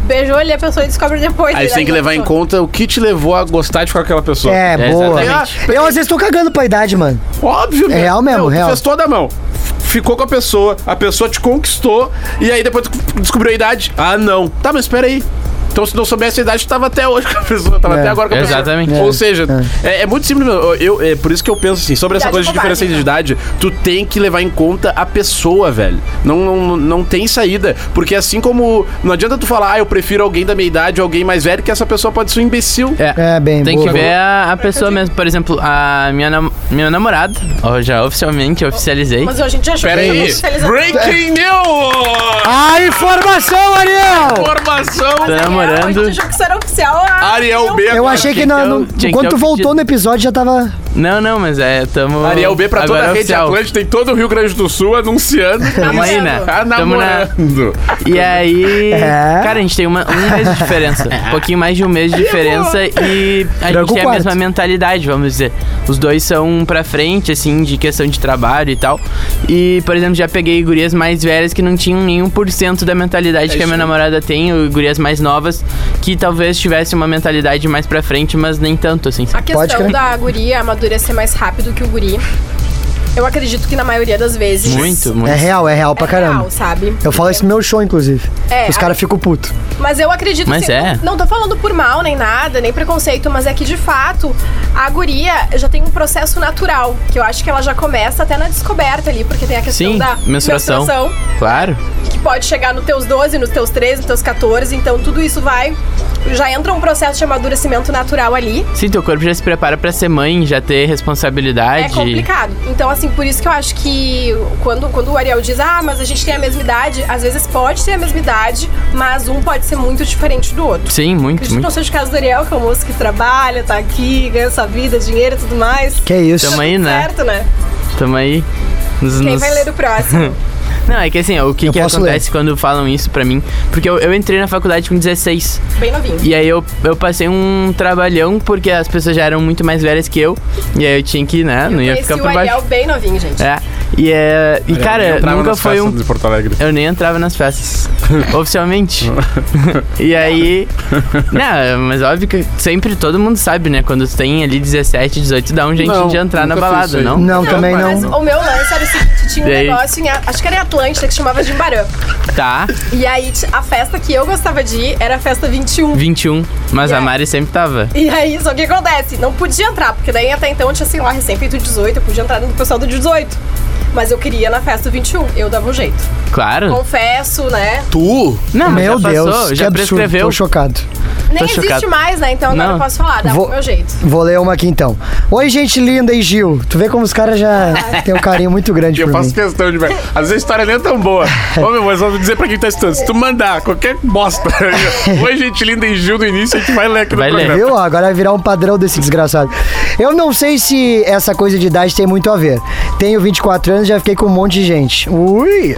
Speaker 3: Beijou ali a pessoa e descobre depois. a
Speaker 1: Aí você tem
Speaker 3: idade
Speaker 1: que
Speaker 3: da
Speaker 1: levar em
Speaker 3: pessoa.
Speaker 1: conta o que te levou a gostar de ficar com aquela pessoa.
Speaker 4: É,
Speaker 2: É,
Speaker 4: boa.
Speaker 1: exatamente.
Speaker 4: Eu às vezes tô cagando pra idade, mano.
Speaker 1: Óbvio, meu.
Speaker 4: É real mesmo,
Speaker 1: Meu, tu
Speaker 4: real.
Speaker 1: fez toda a mão. F- Ficou com a pessoa, a pessoa te conquistou, e aí depois tu descobriu a idade. Ah, não. Tá, mas espera aí. Então, se não soubesse a idade, tu tava até hoje com a pessoa, tava
Speaker 4: É.
Speaker 1: até agora com a pessoa.
Speaker 2: Exatamente.
Speaker 1: Ou seja, é, é muito simples. meu. Eu, é por isso que eu penso assim, sobre essa
Speaker 3: Idade
Speaker 1: coisa de
Speaker 3: é bobagem,
Speaker 1: diferença de idade, tu tem que levar em conta a pessoa, velho. Não, não, não tem saída. Porque assim como. Não adianta tu falar, ah, eu prefiro alguém da minha idade, alguém mais velho, que essa pessoa pode ser um imbecil.
Speaker 2: é,
Speaker 4: É, bem,
Speaker 2: tem
Speaker 4: boa.
Speaker 2: que ver a, a pessoa mesmo. Por exemplo, a minha, nam- minha namorada, ó, já oficialmente oficializei.
Speaker 3: Mas a gente já achou
Speaker 1: Pera
Speaker 3: que
Speaker 1: aí.
Speaker 3: isso é
Speaker 1: Breaking news!
Speaker 4: A informação, Ariel!
Speaker 1: Informação.
Speaker 2: Tô namorando.
Speaker 3: É, A gente achou que isso era oficial. ah,
Speaker 1: Ariel B.
Speaker 4: Eu achei que
Speaker 2: tinha que
Speaker 4: na-
Speaker 2: ter
Speaker 4: no,
Speaker 2: um- tinha que
Speaker 4: quando
Speaker 2: ter
Speaker 4: tu
Speaker 2: um
Speaker 4: voltou
Speaker 2: pedido.
Speaker 4: no episódio já tava.
Speaker 2: Não, não, mas é, tamo.
Speaker 1: Ariel B pra toda
Speaker 2: agora
Speaker 1: a
Speaker 2: é
Speaker 1: rede
Speaker 2: oficial.
Speaker 1: Atlântica, tem todo o Rio Grande do Sul anunciando.
Speaker 2: Tamo aí, né?
Speaker 1: Tá
Speaker 2: Tamo na-
Speaker 1: namorando.
Speaker 2: E aí.
Speaker 4: É.
Speaker 2: Cara, a gente tem uma- um mês de diferença. Um pouquinho mais de um mês de diferença e a
Speaker 4: Branco
Speaker 2: gente tem a
Speaker 4: quarto.
Speaker 2: mesma mentalidade, vamos dizer. Os dois são um pra frente, assim, de questão de trabalho e tal. E, por exemplo, já peguei gurias mais velhas que não tinham nenhum por cento da
Speaker 1: É
Speaker 2: mentalidade que a minha namorada tem, ou gurias mais novas que talvez tivessem uma mentalidade mais pra frente, mas nem tanto, assim.
Speaker 3: A
Speaker 2: sabe?
Speaker 4: Pode
Speaker 3: questão
Speaker 4: crer.
Speaker 3: da guria amadurecer mais rápido que o guri. Eu acredito que na maioria das vezes.
Speaker 2: Muito, muito.
Speaker 4: É real, é real pra
Speaker 3: é real,
Speaker 4: caramba.
Speaker 3: sabe?
Speaker 4: Eu falo isso no meu show, inclusive.
Speaker 3: É,
Speaker 4: Os caras ficam putos.
Speaker 3: Mas eu acredito
Speaker 2: Mas
Speaker 3: assim,
Speaker 2: é.
Speaker 3: Não, não tô falando por mal, nem nada, nem preconceito, mas é que de fato a guria já tem um processo natural, que eu acho que ela já começa até na descoberta ali, porque tem a questão
Speaker 2: Sim,
Speaker 3: da
Speaker 2: menstruação. Claro.
Speaker 3: que pode chegar nos teus 12, nos teus 13, nos teus 14, então tudo isso vai. Já entra um processo de amadurecimento natural ali.
Speaker 2: Sim, teu corpo já se prepara pra ser mãe, já ter responsabilidade.
Speaker 3: É complicado. Então, assim, por isso que eu acho que quando, quando o Ariel diz, ah, mas a gente tem a mesma idade, às vezes pode ter a mesma idade, mas um pode ser muito diferente do outro.
Speaker 2: Sim, muito,
Speaker 3: Acredito que
Speaker 2: muito.
Speaker 3: não seja o caso do Ariel, que é um moço que trabalha, tá aqui, ganha sua vida, dinheiro e tudo mais.
Speaker 4: Que isso.
Speaker 2: Tamo aí, né?
Speaker 3: Certo, né?
Speaker 2: Tamo aí. Nos,
Speaker 3: Quem
Speaker 2: nos-
Speaker 3: vai ler o próximo?
Speaker 2: Não, é que assim, ó, o que,
Speaker 4: Eu
Speaker 2: que
Speaker 4: posso
Speaker 2: acontece quando falam isso pra mim? Porque eu, eu entrei na faculdade com 16.
Speaker 3: Bem novinho.
Speaker 2: E aí eu, eu passei um trabalhão porque as pessoas já eram muito mais velhas que eu. E aí eu tinha que, né? Não ia
Speaker 3: Conheci
Speaker 2: ficar
Speaker 3: o
Speaker 2: por
Speaker 3: Ariel
Speaker 2: baixo.
Speaker 3: bem novinho, gente.
Speaker 2: É. E, é, e cara,
Speaker 1: Entrava
Speaker 2: nunca
Speaker 1: nas
Speaker 2: foi um.
Speaker 1: festas De Porto Alegre.
Speaker 2: Eu nem entrava nas festas, oficialmente. e aí. Não, mas óbvio que sempre todo mundo sabe, né? Quando tem ali 17, 18, dá um jeitinho
Speaker 1: Não,
Speaker 2: de entrar na
Speaker 1: nunca fiz isso
Speaker 2: balada,
Speaker 1: aí.
Speaker 2: não?
Speaker 4: Não, também
Speaker 3: Mas
Speaker 4: não.
Speaker 3: o meu lance era o seguinte, tinha
Speaker 2: então-
Speaker 3: um
Speaker 2: E aí?
Speaker 3: negócio em, acho que era em Atlântida, que chamava Jimbarã.
Speaker 2: Tá,
Speaker 3: E aí, t- a festa que eu gostava de ir era a festa 21.
Speaker 2: 21. Mas
Speaker 3: E
Speaker 4: É.
Speaker 2: a
Speaker 3: aí?
Speaker 2: Mari sempre tava.
Speaker 3: E aí, só que acontece, não podia entrar, porque daí até então eu tinha, sei lá, recém feito 18, eu podia entrar no pessoal do 18. Mas eu queria na festa 21, eu dava um jeito.
Speaker 2: Claro.
Speaker 3: Confesso, né?
Speaker 1: Tu?
Speaker 2: Não, mas
Speaker 4: Meu
Speaker 2: já
Speaker 4: Deus,
Speaker 2: passou,
Speaker 4: que
Speaker 2: já
Speaker 4: absurdo.
Speaker 2: prescreveu.
Speaker 4: Tô chocado.
Speaker 3: Nem existe
Speaker 2: chocado.
Speaker 3: mais, né? Então agora
Speaker 2: Não.
Speaker 3: eu posso falar, dava
Speaker 4: Vou-
Speaker 3: o meu jeito.
Speaker 4: Vou ler uma aqui então. Oi, gente linda e Gil. Tu vê como os caras já têm um carinho muito grande
Speaker 1: Eu
Speaker 4: por
Speaker 1: faço
Speaker 4: mim.
Speaker 1: questão de ver. Às vezes a história nem é tão boa. Ô, meu, mas eu vou dizer pra quem tá estudando. Se tu mandar qualquer bosta, oi, gente linda e Gil do início, a gente vai ler aqui no
Speaker 2: Vai ler.
Speaker 1: programa.
Speaker 4: Viu? Ó, Agora vai virar um padrão desse desgraçado. Eu não sei se essa coisa de idade tem muito a ver. Tenho 24 anos e já fiquei com um monte de gente. Ui!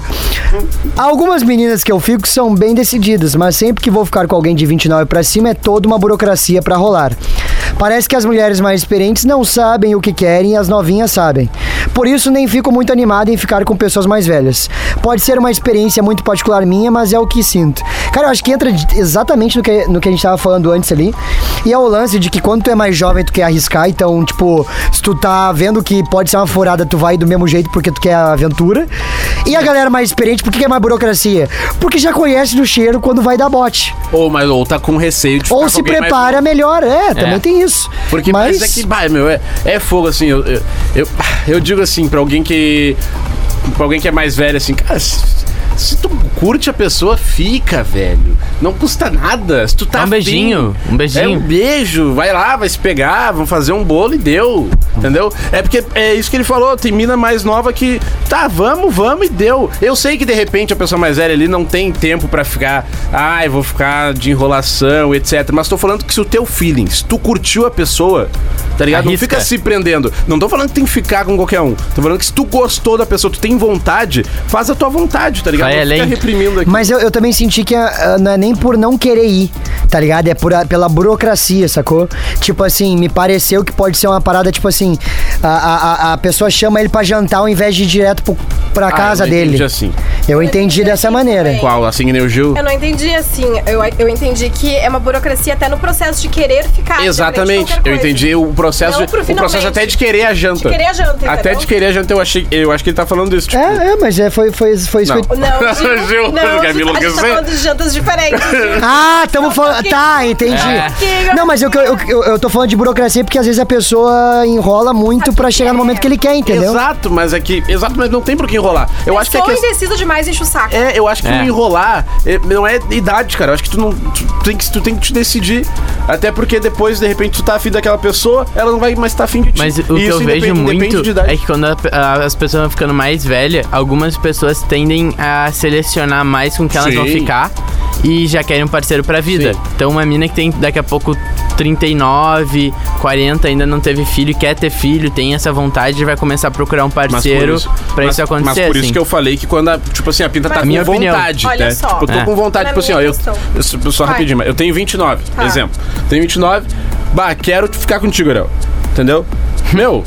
Speaker 4: Algumas meninas que eu fico são bem decididas, mas sempre que vou ficar com alguém de 29 pra cima é toda uma burocracia pra rolar. Parece que as mulheres mais experientes não sabem o que querem e as novinhas sabem. Por isso nem fico muito animado em ficar com pessoas mais velhas. Pode ser uma experiência muito particular minha, mas é o que sinto. Cara, eu acho que entra de- exatamente no que, no que a gente tava falando antes ali. E é o lance de que quando tu é mais jovem, tu quer arriscar. Então, tipo, se tu tá vendo que pode ser uma furada, tu vai do mesmo jeito porque tu quer a aventura. E a galera mais experiente, por que que é mais burocracia? Porque já conhece do cheiro quando vai dar bote.
Speaker 1: Ou, mas, ou tá com receio de ficar
Speaker 4: Ou
Speaker 1: com
Speaker 4: se
Speaker 1: alguém mais
Speaker 4: prepara melhor. É, também tem isso.
Speaker 1: Porque mas... é que, bah, meu, é, é fogo, assim, eu, eu, eu, eu digo assim, pra alguém que. Pra alguém que é mais velho, assim, cara, se, se tu curte a pessoa, fica, velho. Não custa nada. Se tu tá
Speaker 2: Dá um
Speaker 1: afim,
Speaker 2: beijinho, um
Speaker 1: É um
Speaker 2: beijinho.
Speaker 1: beijo, vai lá, vai se pegar, vão fazer um bolo e deu. Entendeu? É porque é isso que ele falou, tem mina mais nova que. Tá, vamos, vamos e deu. Eu sei que de repente a pessoa mais velha ali não tem tempo pra ficar. Ai, vou ficar de enrolação, etc. Mas tô falando que se o teu feeling, se tu curtiu a pessoa, tá ligado? Não
Speaker 2: Arrisca.
Speaker 1: fica se prendendo. Não tô falando que tem que ficar com qualquer um. Tô falando que se tu gostou da pessoa, tu tem vontade, faz a tua vontade, tá ligado?
Speaker 2: Vai
Speaker 1: não fica
Speaker 2: além.
Speaker 1: reprimindo aqui.
Speaker 4: Mas eu, eu também senti que ah, ah, não é nem por não querer ir, tá ligado? É por a- pela burocracia, sacou? Tipo assim, me pareceu que pode ser uma parada, tipo assim, a, a, a- a pessoa chama ele pra jantar ao invés de ir direto pro, pra
Speaker 1: Ah,
Speaker 4: casa
Speaker 1: eu não entendi
Speaker 4: dele.
Speaker 1: Assim.
Speaker 4: Eu entendi dessa maneira.
Speaker 1: Qual? Assim que nem o Gil?
Speaker 3: Eu não entendi assim, eu, eu entendi que é uma burocracia até no processo de querer ficar. independente de
Speaker 1: Exatamente,
Speaker 3: qualquer
Speaker 1: eu
Speaker 3: coisa.
Speaker 1: entendi o processo,
Speaker 3: Não
Speaker 1: de-
Speaker 3: pro
Speaker 1: o processo
Speaker 3: finalmente.
Speaker 1: até de querer a janta.
Speaker 3: De querer a janta,
Speaker 1: Até
Speaker 3: entendeu?
Speaker 1: de querer a janta, eu achei, eu acho que ele tá falando isso, tipo,
Speaker 4: É, é, mas é, foi, foi, foi isso
Speaker 1: Não.
Speaker 4: que eu-
Speaker 3: Não, Gil,
Speaker 1: Gil,
Speaker 3: não,
Speaker 1: quer me
Speaker 3: Gil, a gente tá
Speaker 1: enlouquecer?
Speaker 3: falando de jantas diferentes. Gil.
Speaker 4: Ah, tamo falando. Tá, entendi.
Speaker 3: É.
Speaker 4: Não, mas eu, eu, eu, eu tô falando de burocracia porque às vezes a pessoa enrola muito pra chegar no momento que é? ele quer, entendeu?
Speaker 1: Exato, mas é que. Exato, mas não tem por que enrolar. Eu acho que é
Speaker 3: Sou
Speaker 1: que.
Speaker 3: indecisa demais, enche o saco.
Speaker 1: É, eu acho que
Speaker 2: É.
Speaker 1: tu enrolar é, não é idade, cara. Eu acho que tu não. Tu tem que, tu tem que te decidir. Até porque depois, de repente, tu tá afim daquela pessoa, ela não vai mais estar afim de ti.
Speaker 2: Mas o que
Speaker 1: E
Speaker 2: eu vejo
Speaker 1: independe- depende
Speaker 2: muito
Speaker 1: de idade.
Speaker 2: é que quando a- a- as pessoas vão ficando mais velhas, algumas pessoas tendem a selecionar mais com que elas vão
Speaker 1: Sim.
Speaker 2: ficar e já querem um parceiro pra vida.
Speaker 1: Sim.
Speaker 2: Então uma mina que tem daqui a pouco 39, 40, ainda não teve filho, quer ter filho, tem essa vontade, vai começar a procurar um parceiro pra
Speaker 1: mas-
Speaker 2: isso acontecer.
Speaker 1: Mas por
Speaker 2: assim.
Speaker 1: isso que eu falei que quando a, tipo assim, a pinta tá
Speaker 3: Mas-
Speaker 1: com
Speaker 2: Minha opinião.
Speaker 1: vontade,
Speaker 3: Olha
Speaker 1: né?
Speaker 3: só.
Speaker 1: Tipo, eu tô
Speaker 2: É.
Speaker 1: com vontade,
Speaker 3: Na
Speaker 1: tipo assim, ó,
Speaker 3: minha
Speaker 1: eu,
Speaker 3: questão.
Speaker 1: eu sou- eu só
Speaker 3: Vai.
Speaker 1: rapidinho, mas eu tenho 29,
Speaker 3: Tá.
Speaker 1: exemplo. Tenho 29, bah, quero ficar contigo, Ariel. Entendeu? Meu,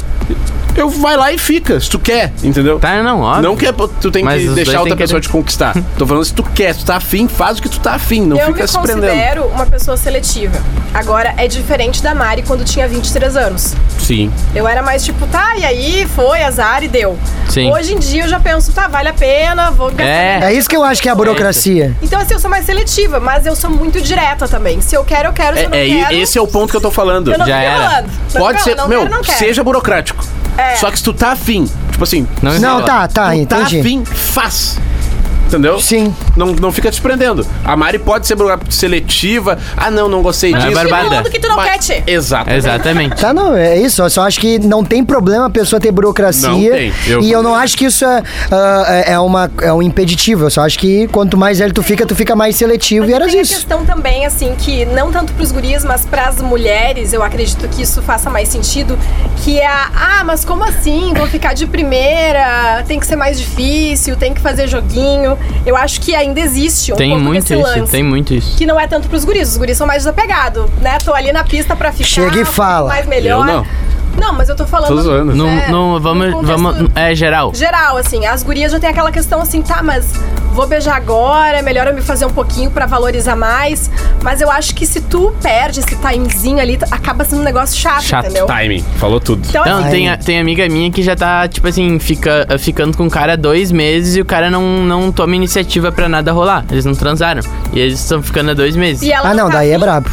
Speaker 1: eu vai lá e fica, se tu quer, entendeu?
Speaker 2: Tá, não, óbvio.
Speaker 1: Não que é tu tem
Speaker 2: Mas
Speaker 1: que
Speaker 2: os dois
Speaker 1: deixar outra
Speaker 2: têm que
Speaker 1: pessoa
Speaker 2: querer.
Speaker 1: te conquistar. Tô falando se tu quer, se tu tá afim, faz o que tu tá afim, não
Speaker 3: eu
Speaker 1: fica
Speaker 3: me
Speaker 1: se prendendo.
Speaker 3: considero uma pessoa seletiva. Agora, é diferente da Mari quando tinha 23 anos.
Speaker 1: Sim.
Speaker 3: Eu era mais tipo, tá, e aí foi, azar e deu.
Speaker 2: Sim.
Speaker 3: Hoje em dia eu já penso, tá, vale a pena, vou gastar.
Speaker 2: É.
Speaker 4: É isso que eu acho que é a burocracia.
Speaker 3: Então, assim, eu sou mais seletiva, mas eu sou muito direta também. Se eu quero, eu quero. Se eu não
Speaker 1: É, é,
Speaker 3: quero,
Speaker 1: esse é o ponto que eu tô falando.
Speaker 3: eu não
Speaker 2: Já
Speaker 3: fico
Speaker 2: era.
Speaker 3: enrolando. Não
Speaker 1: Pode
Speaker 3: fico
Speaker 1: ser,
Speaker 3: enrolando,
Speaker 1: meu,
Speaker 3: não quero, não quero.
Speaker 1: seja burocrático.
Speaker 3: É.
Speaker 1: Só que se tu tá afim, tipo assim,
Speaker 2: Não, é
Speaker 4: Não,
Speaker 2: sei lá.
Speaker 4: tá, tá,
Speaker 1: Tu tá
Speaker 4: entendi.
Speaker 1: afim, faz. Entendeu?
Speaker 4: Sim.
Speaker 1: Não, não fica te prendendo. A Mari pode ser seletiva. Ah, não, não gostei
Speaker 2: Mas
Speaker 1: disso.
Speaker 2: é barbada.
Speaker 3: Tudo que tu não quer, tchê.
Speaker 1: Exato.
Speaker 2: É, Exatamente.
Speaker 4: Tá, não, é isso. Eu só acho que não tem problema a pessoa ter burocracia.
Speaker 1: Não tem, eu-
Speaker 4: e eu não acho que isso é, ah, é- é uma, é um impeditivo. Eu só acho que quanto mais velho tu fica, tu fica mais seletivo e era
Speaker 3: Tem a
Speaker 4: isso.
Speaker 3: questão também, assim, que não tanto pros guris, mas pras mulheres, eu acredito que isso faça mais sentido, que é a, ah, mas como assim? Vou ficar de primeira, tem que ser mais difícil, tem que fazer joguinho. Eu acho que ainda existe um
Speaker 2: Tem
Speaker 3: pouco
Speaker 2: muito
Speaker 3: desse
Speaker 2: isso,
Speaker 3: lance.
Speaker 2: tem muito isso.
Speaker 3: Que não é tanto pros guris, os guris são mais desapegados, né? Tô ali na pista pra ficar.
Speaker 4: Chega e fala.
Speaker 3: Mais melhor.
Speaker 1: Eu não.
Speaker 3: Não, mas eu tô falando.
Speaker 1: Tô zoando.
Speaker 2: Não,
Speaker 3: É,
Speaker 2: não, vamos,
Speaker 3: no contexto-
Speaker 2: vamos, é geral.
Speaker 3: geral, assim, as gurias já tem aquela questão assim, tá, mas vou beijar agora, é melhor eu me fazer um pouquinho pra valorizar mais. Mas eu acho que se tu perde esse timezinho ali, t- acaba sendo um negócio chato,
Speaker 2: Chato, Tá.
Speaker 3: entendeu?
Speaker 1: Timing. Falou tudo.
Speaker 3: Então,
Speaker 2: Não,
Speaker 3: assim,
Speaker 2: tem, a- tem amiga minha que já tá, tipo assim, fica, ficando com o cara dois meses e o cara não, não toma iniciativa pra nada rolar. Eles não transaram. E eles estão ficando há dois meses.
Speaker 3: e ela
Speaker 4: Ah, não,
Speaker 3: tá
Speaker 4: daí é
Speaker 3: afim.
Speaker 4: brabo.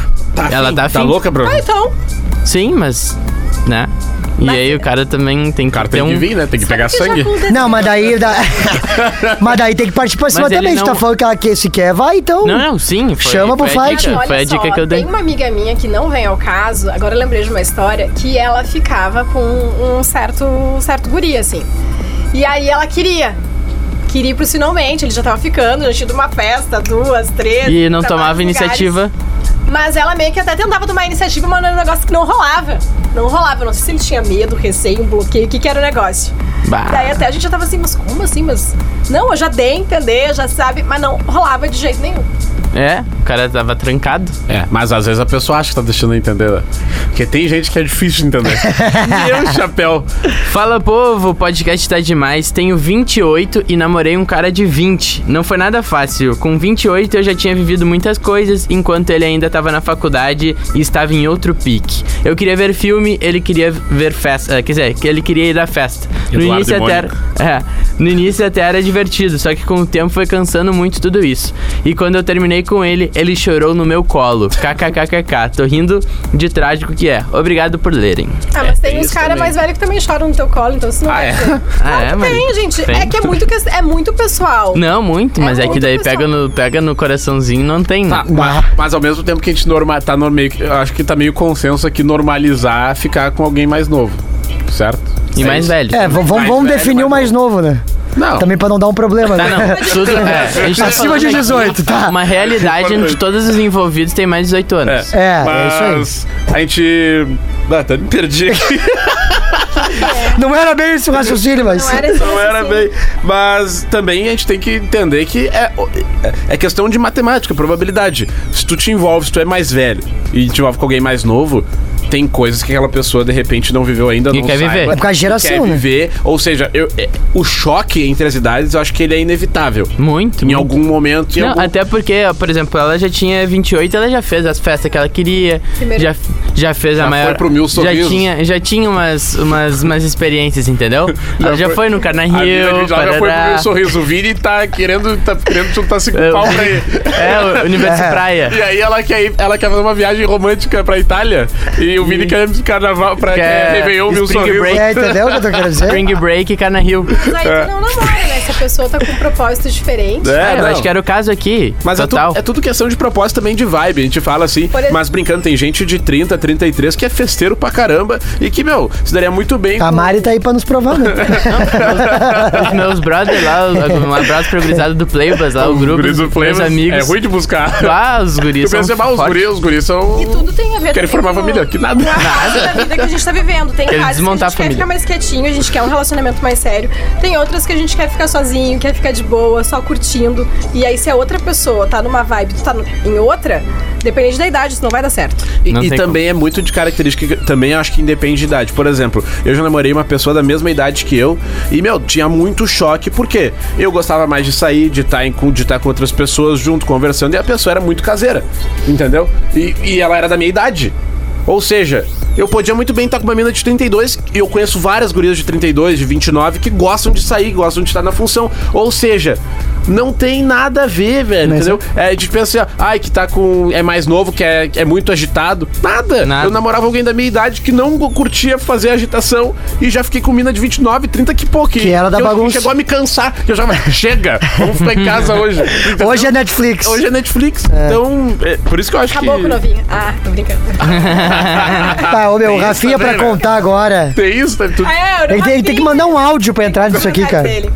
Speaker 2: Ela
Speaker 1: afim?
Speaker 2: tá afim.
Speaker 1: Tá louca, Bruno?
Speaker 3: Ah, então.
Speaker 2: Sim, mas. né? E
Speaker 3: Mas- é-
Speaker 2: aí o cara também tem
Speaker 1: O cara
Speaker 2: que ter
Speaker 1: tem
Speaker 2: um.
Speaker 1: que vir, né? Tem que pegar
Speaker 3: Porque já
Speaker 1: sangue.
Speaker 3: aconteceu.
Speaker 4: Não, mas daí. Da... mas daí tem que partir pra cima
Speaker 2: Mas ele
Speaker 4: também. Se
Speaker 2: não-
Speaker 4: tá falando que ela que se quer, vai então.
Speaker 2: Não, não, sim. Foi,
Speaker 4: Chama pro
Speaker 2: foi a
Speaker 4: fight.
Speaker 2: dica,
Speaker 3: Olha
Speaker 2: Foi a
Speaker 3: só,
Speaker 2: dica que eu dei.
Speaker 3: Tem uma amiga minha que não vem ao caso, agora eu lembrei de uma história, que ela ficava com um certo, um certo guri, assim. E aí ela queria. Queria ir pros finalmente, ele já tava ficando, já tinha ido uma festa, duas, três.
Speaker 2: E não
Speaker 3: pra
Speaker 2: tomava
Speaker 3: vários lugares.
Speaker 2: iniciativa.
Speaker 3: Mas ela meio que até tentava tomar iniciativa, mas era um negócio que não rolava. Não rolava, não sei se ele tinha medo, receio, um bloqueio, o que, que era o negócio.
Speaker 2: Bah.
Speaker 3: Daí até a gente já tava assim, mas como assim? Mas. Não, eu já dei a entender, já sabe, mas não rolava de jeito nenhum.
Speaker 2: É, o cara tava trancado.
Speaker 1: É, mas às vezes a pessoa acha que tá deixando eu entender. né? Porque tem gente que é difícil de entender. Meu chapéu.
Speaker 2: Fala povo, o podcast tá demais. Tenho 28 e namorei um cara de 20. Não foi nada fácil. Com 28 eu já tinha vivido muitas coisas, enquanto ele ainda tava na faculdade e estava em outro pique. Eu queria ver filme, ele queria ver festa. eh, Quer dizer, que ele queria ir à festa. No
Speaker 1: Eduardo
Speaker 2: início
Speaker 1: e
Speaker 2: até.
Speaker 1: Mônica.
Speaker 2: É, no início até era divertido, só que com o tempo foi cansando muito tudo isso. E quando eu terminei com ele, ele chorou no meu colo. KKKKK. Tô rindo de trágico que é. Obrigado por lerem.
Speaker 3: Ah, mas
Speaker 1: É,
Speaker 3: tem
Speaker 1: tem
Speaker 3: uns
Speaker 1: isso
Speaker 3: caras
Speaker 1: também.
Speaker 3: mais velhos que também choram no teu colo, então isso não
Speaker 1: Ah,
Speaker 3: vai
Speaker 1: é?
Speaker 3: ser.
Speaker 2: Ah, é, mano?
Speaker 3: Tem, gente.
Speaker 2: Tem.
Speaker 3: É que é muito, que- é muito pessoal.
Speaker 2: Não, muito, mas é, que
Speaker 3: muito
Speaker 2: daí
Speaker 3: pessoal.
Speaker 2: pega no, pega no coraçãozinho não tem. né?
Speaker 1: Tá,
Speaker 4: Bah.
Speaker 1: mas, mas ao mesmo tempo que a gente norma, tá no meio, que- eu acho que tá meio consenso aqui normalizar ficar com alguém mais novo, certo?
Speaker 2: E mais velho.
Speaker 4: É, vamos,
Speaker 1: Mais
Speaker 4: vamos
Speaker 1: velho,
Speaker 4: definir o mais
Speaker 1: mais
Speaker 4: novo, né?
Speaker 1: Não.
Speaker 4: Também pra não dar um problema,
Speaker 2: Tá,
Speaker 4: né?
Speaker 2: não. Tudo, é, a gente tá
Speaker 4: Acima de
Speaker 2: falando
Speaker 4: 18,
Speaker 2: aqui
Speaker 4: tá?
Speaker 2: Uma realidade onde todos os envolvidos têm mais de 18 anos.
Speaker 4: É, é
Speaker 1: mas a gente. Ah, até me perdi aqui.
Speaker 4: Não era bem esse o raciocínio, mas.
Speaker 3: Não era assim. isso.
Speaker 1: Não era bem. Mas também a gente tem que entender que é, é questão de matemática, probabilidade. Se tu te envolve, se tu é mais velho e te envolve com alguém mais novo, tem coisas que aquela pessoa de repente não viveu ainda.
Speaker 2: E
Speaker 1: não
Speaker 2: quer
Speaker 1: saiba,
Speaker 2: viver. É
Speaker 4: por causa da geração,
Speaker 1: quer
Speaker 4: né?
Speaker 1: viver. Ou seja, eu- é, o choque entre as idades, eu acho que ele é inevitável.
Speaker 2: Muito.
Speaker 1: Em
Speaker 2: muito.
Speaker 1: algum momento. Em
Speaker 2: Não,
Speaker 1: algum...
Speaker 2: até porque, ó, por exemplo, ela já tinha 28, ela já fez as festas que ela queria.
Speaker 3: Primeiro.
Speaker 2: Já, já fez a
Speaker 1: Já
Speaker 2: maior.
Speaker 1: foi pro Mil
Speaker 2: já
Speaker 1: Sorrisos.
Speaker 2: tinha, já tinha umas, umas, umas experiências, entendeu?
Speaker 1: Já
Speaker 2: ela já
Speaker 1: foi-
Speaker 2: foi no Carna
Speaker 1: A Vila
Speaker 2: Rio.
Speaker 1: já foi pro
Speaker 2: parará.
Speaker 1: meu sorriso. O Vini tá querendo, tá querendo juntar-se com o
Speaker 2: Eu-
Speaker 1: pau pra ele.
Speaker 2: É, o Universo Praia.
Speaker 1: E aí ela quer, ir- ela quer fazer uma viagem romântica pra Itália e o Vini quer ir pro carnaval pra que
Speaker 2: Quer
Speaker 1: Réveillon mil
Speaker 2: Spring
Speaker 1: sorrisos.
Speaker 2: Break.
Speaker 4: É, entendeu o que eu tô querendo dizer?
Speaker 2: Spring Break e Carna Rio.
Speaker 3: Mas aí tu não namora, né? Se a pessoa tá com um propósito diferente.
Speaker 1: É,
Speaker 2: É, eu
Speaker 1: não.
Speaker 2: acho que era o caso aqui.
Speaker 1: Mas é, tu-
Speaker 2: total.
Speaker 1: é tudo questão de propósito também de vibe. A gente fala assim,
Speaker 3: Por exemplo-
Speaker 1: mas brincando, tem gente de 30, 33 que é festeiro pra caramba e que, meu, se daria muito bem.
Speaker 4: A
Speaker 1: com-
Speaker 4: Mari tá aí pra nos provar, né?
Speaker 2: Os meus brothers lá, um abraço pro gurizado do Playbus lá, o grupo,
Speaker 1: guris do
Speaker 2: os meus
Speaker 1: Flames.
Speaker 2: amigos.
Speaker 1: É ruim de buscar.
Speaker 2: Ah, os
Speaker 1: Tu
Speaker 2: guris são
Speaker 1: pensa, "Ah, os
Speaker 2: fortes.
Speaker 1: guris, os guris são.
Speaker 3: E tudo tem a
Speaker 1: Querem
Speaker 3: ver também
Speaker 1: formar
Speaker 3: com-
Speaker 1: família? Que nada.
Speaker 3: com a fase da vida que a gente tá vivendo. Tem
Speaker 2: Querem
Speaker 3: fases que a gente
Speaker 2: desmontar a
Speaker 3: quer
Speaker 2: família.
Speaker 3: ficar mais quietinho, a gente quer um relacionamento mais sério. Tem outras que a gente quer ficar sozinho, quer ficar de boa, só curtindo. E aí, se a outra pessoa tá numa vibe, tu tá no- em outra, dependente da idade, isso não vai dar certo.
Speaker 1: E,
Speaker 2: Não
Speaker 1: e
Speaker 2: tem
Speaker 1: também é muito de característica, que também acho que independe de idade. Por exemplo, eu já namorei uma pessoa da mesma idade que eu e, meu, tinha muito choque, porque eu gostava mais de sair, de estar de tá com outras pessoas junto, conversando, e a pessoa era muito caseira, entendeu? E, e ela era da minha idade. Ou seja, eu podia muito bem estar com uma mina de 32, e eu conheço várias gurias de 32, de 29, que gostam de sair, gostam de estar na função. Ou seja, não tem nada a ver, velho.
Speaker 4: Mas
Speaker 1: entendeu? É, a gente pensa assim, ó, ai, que tá com. É mais novo, que é, é muito agitado. Nada.
Speaker 2: Nada.
Speaker 1: Eu namorava alguém da minha idade que não curtia fazer agitação e já fiquei com mina de 29, 30 que pouco.
Speaker 4: Que era da
Speaker 1: eu-
Speaker 4: bagunça.
Speaker 1: Chegou a me cansar. que Eu já chega, vamos ficar em casa hoje. entendeu?
Speaker 4: Hoje é Netflix.
Speaker 1: Hoje é Netflix, então. é, por isso que eu acho
Speaker 3: Acabou
Speaker 1: que.
Speaker 3: com o novinho. Ah, tô brincando.
Speaker 4: Tá,
Speaker 1: Ah,
Speaker 4: ô meu,
Speaker 1: Tem
Speaker 4: o
Speaker 1: isso
Speaker 4: Rafinha
Speaker 1: também,
Speaker 4: pra
Speaker 1: né?
Speaker 4: contar agora.
Speaker 1: Tem isso, tem tudo.
Speaker 3: É, eu
Speaker 4: Ele tem, ele tem que mandar um áudio pra entrar nisso aqui, cara.
Speaker 3: Dele.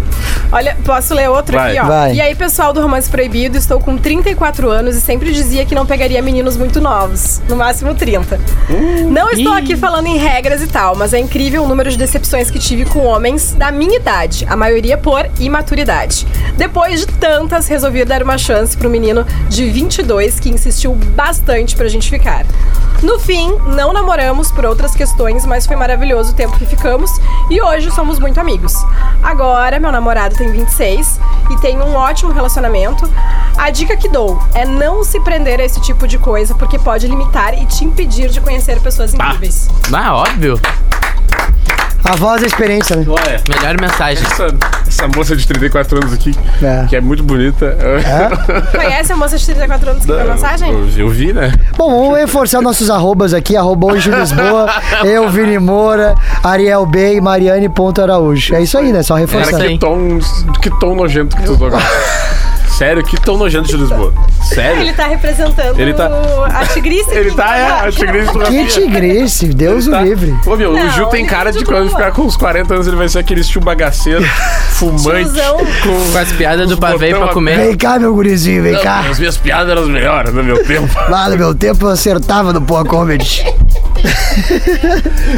Speaker 3: Olha, posso ler outro
Speaker 1: Vai.
Speaker 3: aqui, ó.
Speaker 4: Vai.
Speaker 3: E aí, pessoal do Romance Proibido, estou com 34 anos e sempre dizia que não pegaria meninos muito novos, no máximo 30. não estou aqui falando em regras e tal, mas é incrível o número de decepções que tive com homens da minha idade, a maioria por imaturidade. Depois de tantas, resolvi dar uma chance pro menino de 22 que insistiu bastante pra gente ficar. No fim, não namoramos por outras questões, mas foi maravilhoso o tempo que ficamos e hoje somos muito amigos. Agora, meu namorado tem 26 e tem um ótimo relacionamento. A dica que dou é não se prender a esse tipo de coisa, porque pode limitar e te impedir de conhecer pessoas incríveis.
Speaker 2: Ah, óbvio.
Speaker 4: A voz da experiência, né?
Speaker 1: Olha.
Speaker 2: Melhor mensagem.
Speaker 1: Essa, essa moça de 34 anos aqui,
Speaker 4: É.
Speaker 1: que é muito bonita.
Speaker 3: Conhece a moça de 34 anos que
Speaker 4: É
Speaker 3: deu mensagem?
Speaker 1: Eu, eu vi, né?
Speaker 4: Bom, vamos reforçar nossos arrobas aqui, arroba hoje Lisboa, eu, Vini Moura, Ariel B e Mariane Ponto Araújo. É isso aí, né? Só
Speaker 1: Cara,
Speaker 4: reforçando.
Speaker 2: Essa aí.
Speaker 1: que tom, que tom nojento que tu usou agora. Sério, que tom nojento de Lisboa.
Speaker 3: Ele
Speaker 1: Sério.
Speaker 3: tá representando
Speaker 1: Ele tá-
Speaker 3: a tigrice.
Speaker 1: Ele
Speaker 3: que-
Speaker 1: tá, é, acho que ele
Speaker 4: Que tigrice, Deus
Speaker 1: Tá.
Speaker 4: o livre.
Speaker 1: Ô, meu, o
Speaker 3: Não,
Speaker 1: Gil tem
Speaker 3: ele
Speaker 1: cara
Speaker 3: é
Speaker 1: tá de
Speaker 3: de
Speaker 1: quando
Speaker 3: boa.
Speaker 1: ficar com uns 40 anos, ele vai ser aquele estilo bagaceiro, fumante.
Speaker 3: Tiozão.
Speaker 2: Com as piadas do pavê
Speaker 1: botão
Speaker 2: pra comer.
Speaker 4: Vem cá, meu gurizinho, vem cá.
Speaker 1: As minhas piadas eram as melhores no meu tempo.
Speaker 4: Lá no meu tempo eu acertava no Poa Comedy.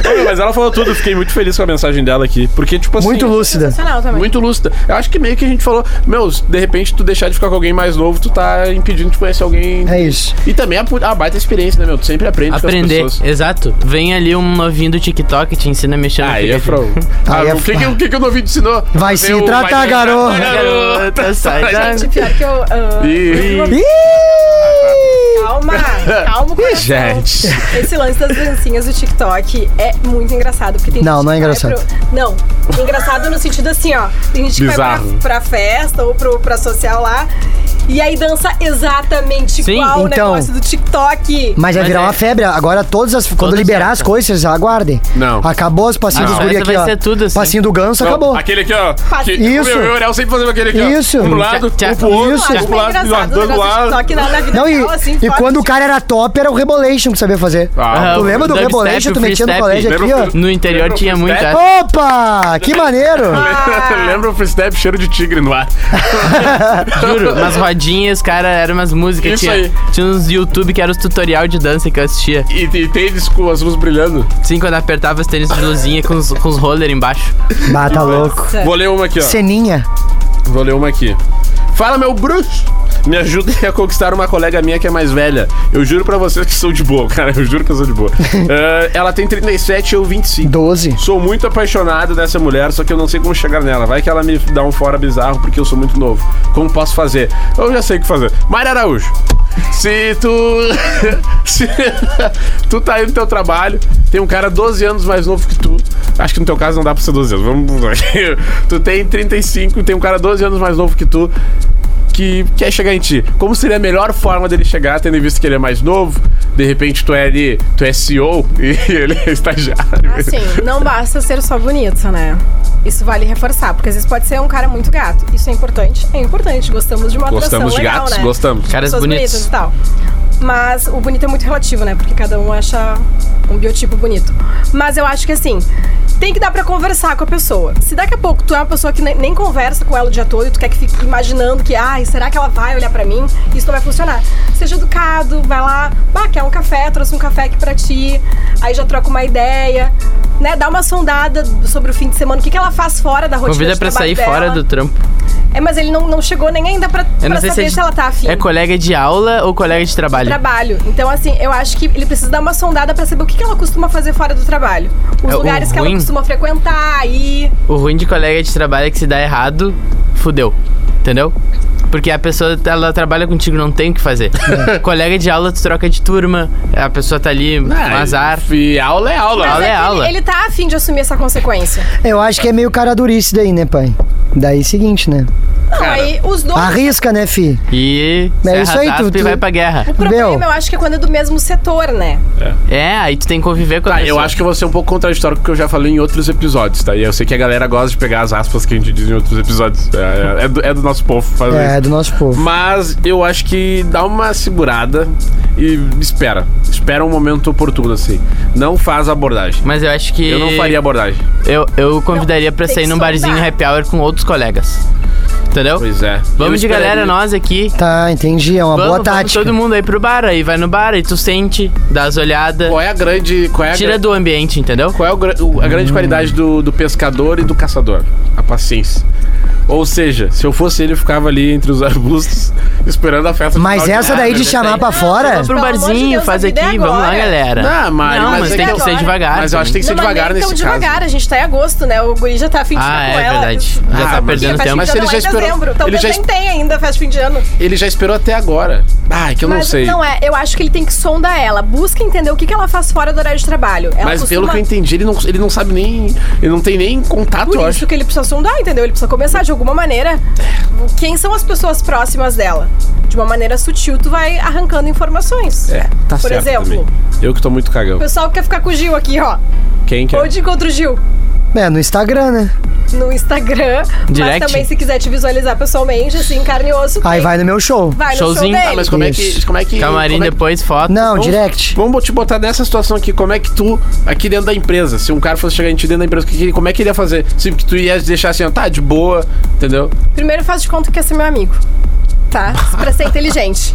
Speaker 1: Ô, meu, Mas ela falou tudo, eu fiquei muito feliz com a mensagem dela aqui. Porque, tipo assim.
Speaker 4: Muito lúcida.
Speaker 3: Sensacional também.
Speaker 1: Muito lúcida. Eu acho que meio que a gente falou, meu, de repente tu deixar de ficar com alguém mais novo, tu tá impedindo de conhecer alguém.
Speaker 4: É isso.
Speaker 1: E também a, pu- a baita experiência, né, meu? Tu sempre aprende
Speaker 2: Aprender,
Speaker 1: com as pessoas.
Speaker 2: exato. Vem ali um novinho do TikTok, te ensina a mexer no
Speaker 1: Aí é
Speaker 2: aplicativo.
Speaker 1: frão. Ah,
Speaker 4: Aí é
Speaker 1: o que,
Speaker 4: fra-
Speaker 1: que, o que, que o novinho te ensinou?
Speaker 4: Vai se tratar, garoto.
Speaker 2: Garota, sai da-
Speaker 3: Gente, pior que eu. ah,
Speaker 1: Ih.
Speaker 4: Ih!
Speaker 3: Calma, calma com
Speaker 1: gente.
Speaker 3: Esse lance das dancinhas do TikTok é muito engraçado. Porque tem
Speaker 4: Não,
Speaker 3: gente
Speaker 4: não é
Speaker 3: que vai
Speaker 4: engraçado.
Speaker 3: pro- Não, engraçado no sentido assim, ó. Tem gente que vai
Speaker 1: Bizarro.
Speaker 3: pra, pra festa ou pro, pra social lá e aí dança exatamente
Speaker 2: Sim,
Speaker 3: igual o
Speaker 4: então.
Speaker 3: negócio do TikTok.
Speaker 4: Mas vai
Speaker 2: Mas
Speaker 4: virar
Speaker 2: é.
Speaker 4: uma febre. Agora todas as. Quando
Speaker 2: Todas
Speaker 4: liberar
Speaker 2: certas.
Speaker 4: as coisas, vocês aguardem.
Speaker 1: Não.
Speaker 4: Acabou os passinhos
Speaker 2: Não.
Speaker 4: dos guri
Speaker 2: Essa
Speaker 4: aqui,
Speaker 2: vai
Speaker 4: ó.
Speaker 2: ser tudo assim.
Speaker 4: Passinho do ganso,
Speaker 1: Não,
Speaker 4: acabou.
Speaker 1: Aquele aqui, ó. Que,
Speaker 4: Isso.
Speaker 1: O meu, eu e o Ariel sempre fazemos aquele aqui, ó.
Speaker 4: Isso.
Speaker 1: Um pro lado,
Speaker 2: Tchá, tchá.
Speaker 1: um pro outro,
Speaker 4: Isso.
Speaker 1: um
Speaker 3: Acho
Speaker 1: pro
Speaker 3: bem
Speaker 1: lado,
Speaker 3: engraçado o
Speaker 1: dois pro
Speaker 3: negócio do
Speaker 1: lado.
Speaker 3: TikTok na, na vida
Speaker 4: Não, e,
Speaker 3: real, assim,
Speaker 4: e
Speaker 3: fora
Speaker 4: quando
Speaker 3: do
Speaker 4: o cara era top, era o Rebolation que sabia fazer.
Speaker 1: Ah,
Speaker 2: Ah,
Speaker 4: Tu lembra do
Speaker 2: dubstep,
Speaker 4: Rebolation? Tu
Speaker 2: o É.
Speaker 4: metia no
Speaker 2: freestep.
Speaker 4: colégio aqui,
Speaker 1: Lembra
Speaker 4: ó.
Speaker 2: No interior tinha
Speaker 1: Lembra o
Speaker 2: muita.
Speaker 4: Opa! Que maneiro!
Speaker 1: Lembra o free step cheiro de tigre no ar.
Speaker 2: Juro, umas rodinhas, cara, eram umas músicas.
Speaker 1: Isso
Speaker 2: tinha,
Speaker 1: aí.
Speaker 2: tinha uns YouTube que eram os tutorial de dança que eu assistia.
Speaker 1: E, e tênis com as luzes brilhando.
Speaker 2: Sim, quando apertava as tênis de luzinha com os, com os roller embaixo.
Speaker 4: Bah, tá louco.
Speaker 1: Vou ler uma aqui, ó.
Speaker 4: Ceninha.
Speaker 1: Vou ler uma aqui. Fala, meu bruxo! Me ajudem a conquistar uma colega minha que é mais velha. Eu juro pra vocês que sou de boa, cara. Eu juro que eu sou de boa. Ah, ela tem 37 e eu 25.
Speaker 4: 12.
Speaker 1: Sou muito apaixonado dessa mulher, só que eu não sei como chegar nela. Vai que ela me dá um fora bizarro porque eu sou muito novo. Como posso fazer? Eu já sei o que fazer. Mário Araújo, se tu. se tu tá aí no teu trabalho, tem um cara 12 anos mais novo que tu. Acho que no teu caso não dá pra ser 12 anos. Vamos. tu tem 35, tem um cara 12 anos mais novo que tu. Que quer chegar em ti. Como seria a melhor forma dele chegar, tendo em visto que ele é mais novo? De repente tu é ali, tu é CEO e ele é estagiário.
Speaker 3: Assim, não basta ser só bonito, né? Isso vale reforçar, porque às vezes pode ser um cara muito gato. Isso é importante? É importante. Gostamos de uma
Speaker 1: Gostamos
Speaker 3: atração
Speaker 1: de
Speaker 3: legal,
Speaker 1: gatos,
Speaker 3: né?
Speaker 1: gostamos.
Speaker 2: Caras
Speaker 3: pessoas
Speaker 2: bonitos.
Speaker 3: bonitas e tal. Mas o bonito é muito relativo, né? Porque cada um acha um biotipo bonito. Mas eu acho que assim, tem que dar pra conversar com a pessoa. Se daqui a pouco tu é uma pessoa que ne- nem conversa com ela o dia todo e tu quer que fique imaginando que, ai, será que ela vai olhar pra mim? Isso não vai funcionar. Seja educado, vai lá, bah, quer um café, trouxe um café aqui pra ti, aí já troca uma ideia, né? Dá uma sondada sobre o fim de semana, o que, que ela faz fora da rotina.
Speaker 2: Convida
Speaker 3: de
Speaker 2: pra sair
Speaker 3: trabalho dela.
Speaker 2: fora do trampo.
Speaker 3: É, mas ele não, não chegou nem ainda pra,
Speaker 2: Eu
Speaker 3: pra
Speaker 2: não sei
Speaker 3: saber
Speaker 2: se
Speaker 3: se,
Speaker 2: é, de-
Speaker 3: ela tá afim
Speaker 2: é colega de aula ou colega de trabalho.
Speaker 3: trabalho. Então, assim, eu acho que ele precisa dar uma sondada pra saber o que que ela costuma fazer fora do trabalho. Os
Speaker 2: É, o
Speaker 3: lugares que ela
Speaker 2: ruim-
Speaker 3: costuma frequentar, aí.
Speaker 2: O ruim de colega de trabalho é que se dá errado, fudeu. Entendeu? Porque a pessoa, ela trabalha contigo, não tem o que fazer. colega de aula, tu troca de turma, a pessoa tá ali, um
Speaker 1: é
Speaker 2: azar.
Speaker 1: E aula é aula.
Speaker 2: Mas
Speaker 1: aula
Speaker 2: é
Speaker 1: é...
Speaker 3: que
Speaker 2: aula.
Speaker 3: Ele, ele tá afim de assumir essa consequência.
Speaker 4: Eu acho que é meio cara durice daí, né, pai? Daí seguinte, né?
Speaker 3: Não,
Speaker 1: Cara.
Speaker 3: aí os dois.
Speaker 4: Arrisca, né, fi?
Speaker 2: E
Speaker 4: É
Speaker 2: serra
Speaker 4: isso aí,
Speaker 2: raspa
Speaker 4: tu-
Speaker 2: e
Speaker 4: tu-
Speaker 2: vai pra guerra.
Speaker 3: O problema,
Speaker 4: Meu.
Speaker 3: eu acho que é quando é do mesmo setor, né?
Speaker 2: É, aí tu tem que conviver com a
Speaker 1: Tá, eu
Speaker 2: pessoa.
Speaker 1: acho que eu vou ser um pouco contraditório com o que eu já falei em outros episódios, tá? E eu sei que a galera gosta de pegar as aspas que a gente diz em outros episódios. É, é- é do, é do nosso povo fazer
Speaker 4: É,
Speaker 1: isso.
Speaker 4: do nosso povo.
Speaker 1: Mas eu acho que dá uma segurada e espera. Espera um momento oportuno, assim. Não faz abordagem.
Speaker 2: Mas eu acho que.
Speaker 1: Eu não faria abordagem.
Speaker 2: Eu, eu convidaria pra
Speaker 3: tem
Speaker 2: sair
Speaker 3: que
Speaker 2: num
Speaker 3: sondar.
Speaker 2: barzinho happy hour com outros colegas. Entendeu?
Speaker 1: Pois é.
Speaker 2: Vamos
Speaker 1: Eu
Speaker 2: de galera,
Speaker 1: esperaria.
Speaker 2: nós aqui.
Speaker 4: Tá, entendi. É uma
Speaker 2: vamos,
Speaker 4: boa
Speaker 2: vamos
Speaker 4: tática.
Speaker 2: todo mundo aí pro bar, aí vai no bar, aí tu sente, dá as olhadas,
Speaker 1: Qual é a grande. Qual é a,
Speaker 2: tira
Speaker 1: gra-
Speaker 2: do ambiente, entendeu?
Speaker 1: qual é o gra- o- a grande qualidade do, do pescador e do caçador? A paciência. Ou seja, se eu fosse ele, eu ficava ali entre os arbustos esperando a festa.
Speaker 4: Mas
Speaker 1: final
Speaker 4: essa daí
Speaker 2: Ah,
Speaker 4: de chamar pra fora.
Speaker 2: Vamos pro
Speaker 3: Pelo amor de
Speaker 2: barzinho,
Speaker 3: Deus,
Speaker 2: faz
Speaker 3: a
Speaker 2: aqui,
Speaker 3: vida é
Speaker 2: vamos lá,
Speaker 3: agora.
Speaker 2: galera.
Speaker 1: Não, Mari,
Speaker 2: Não,
Speaker 1: mas
Speaker 2: mas,
Speaker 1: é
Speaker 2: tem
Speaker 1: que
Speaker 2: que ser
Speaker 3: agora-
Speaker 2: devagar.
Speaker 1: Mas eu acho que tem que ser
Speaker 3: Não, mas
Speaker 1: devagar
Speaker 3: nem
Speaker 1: nesse
Speaker 3: tão
Speaker 1: caso.
Speaker 3: devagar, a gente tá em agosto, né? O guri já tá a fim de
Speaker 2: Ah,
Speaker 3: ano
Speaker 2: é
Speaker 3: com ela.
Speaker 2: verdade. Já
Speaker 1: Ah,
Speaker 2: tá
Speaker 1: mas-
Speaker 2: perdendo
Speaker 3: Faz
Speaker 2: tempo.
Speaker 3: tempo.
Speaker 1: Mas
Speaker 3: Mas é
Speaker 1: ele
Speaker 3: ele
Speaker 1: já esperou-
Speaker 3: Dezembro. Então
Speaker 1: ele já
Speaker 3: nem tem ainda festa de fim de ano.
Speaker 1: Ele já esperou até agora. Ah, é que eu não
Speaker 3: Mas
Speaker 1: sei.
Speaker 3: não é, eu acho que ele tem que sondar ela. Busca entender o que, que ela faz fora do horário de trabalho. Ela
Speaker 1: Mas pelo
Speaker 3: costuma-
Speaker 1: que eu entendi, ele não, ele não sabe nem. Ele não tem nem contato, eu
Speaker 3: Por
Speaker 1: acho.
Speaker 3: isso que ele precisa sondar, entendeu? Ele precisa começar de alguma maneira. Quem são as pessoas próximas dela? De uma maneira sutil, tu vai arrancando informações.
Speaker 1: É, tá
Speaker 3: Por
Speaker 1: certo.
Speaker 3: exemplo,
Speaker 1: também. Eu que tô muito cagão.
Speaker 3: o pessoal quer ficar com o Gil aqui, ó.
Speaker 1: Quem quer?
Speaker 3: Onde encontra o Gil?
Speaker 4: É, no Instagram, né?
Speaker 3: No Instagram.
Speaker 2: Direct?
Speaker 3: Mas também se quiser te visualizar pessoalmente, assim, carne e osso.
Speaker 4: Aí
Speaker 3: tem-
Speaker 4: vai no meu show.
Speaker 3: Vai no
Speaker 2: Showzinho.
Speaker 3: show
Speaker 1: Ah,
Speaker 3: dele.
Speaker 1: mas como é que.
Speaker 4: Isso.
Speaker 1: Como é que
Speaker 2: Camarim
Speaker 1: como é que-
Speaker 2: depois, foto.
Speaker 4: Não,
Speaker 1: Vamos-
Speaker 4: direct.
Speaker 1: Vamos te botar nessa situação aqui. Como é que tu, aqui dentro da empresa, se um cara fosse chegar em ti dentro da empresa, o que que ele- como é que ele ia fazer? Se que tu ia deixar assim, ó, tá, de boa, entendeu?
Speaker 3: Primeiro faz de conta que esse é meu amigo. Tá? Pra ser inteligente.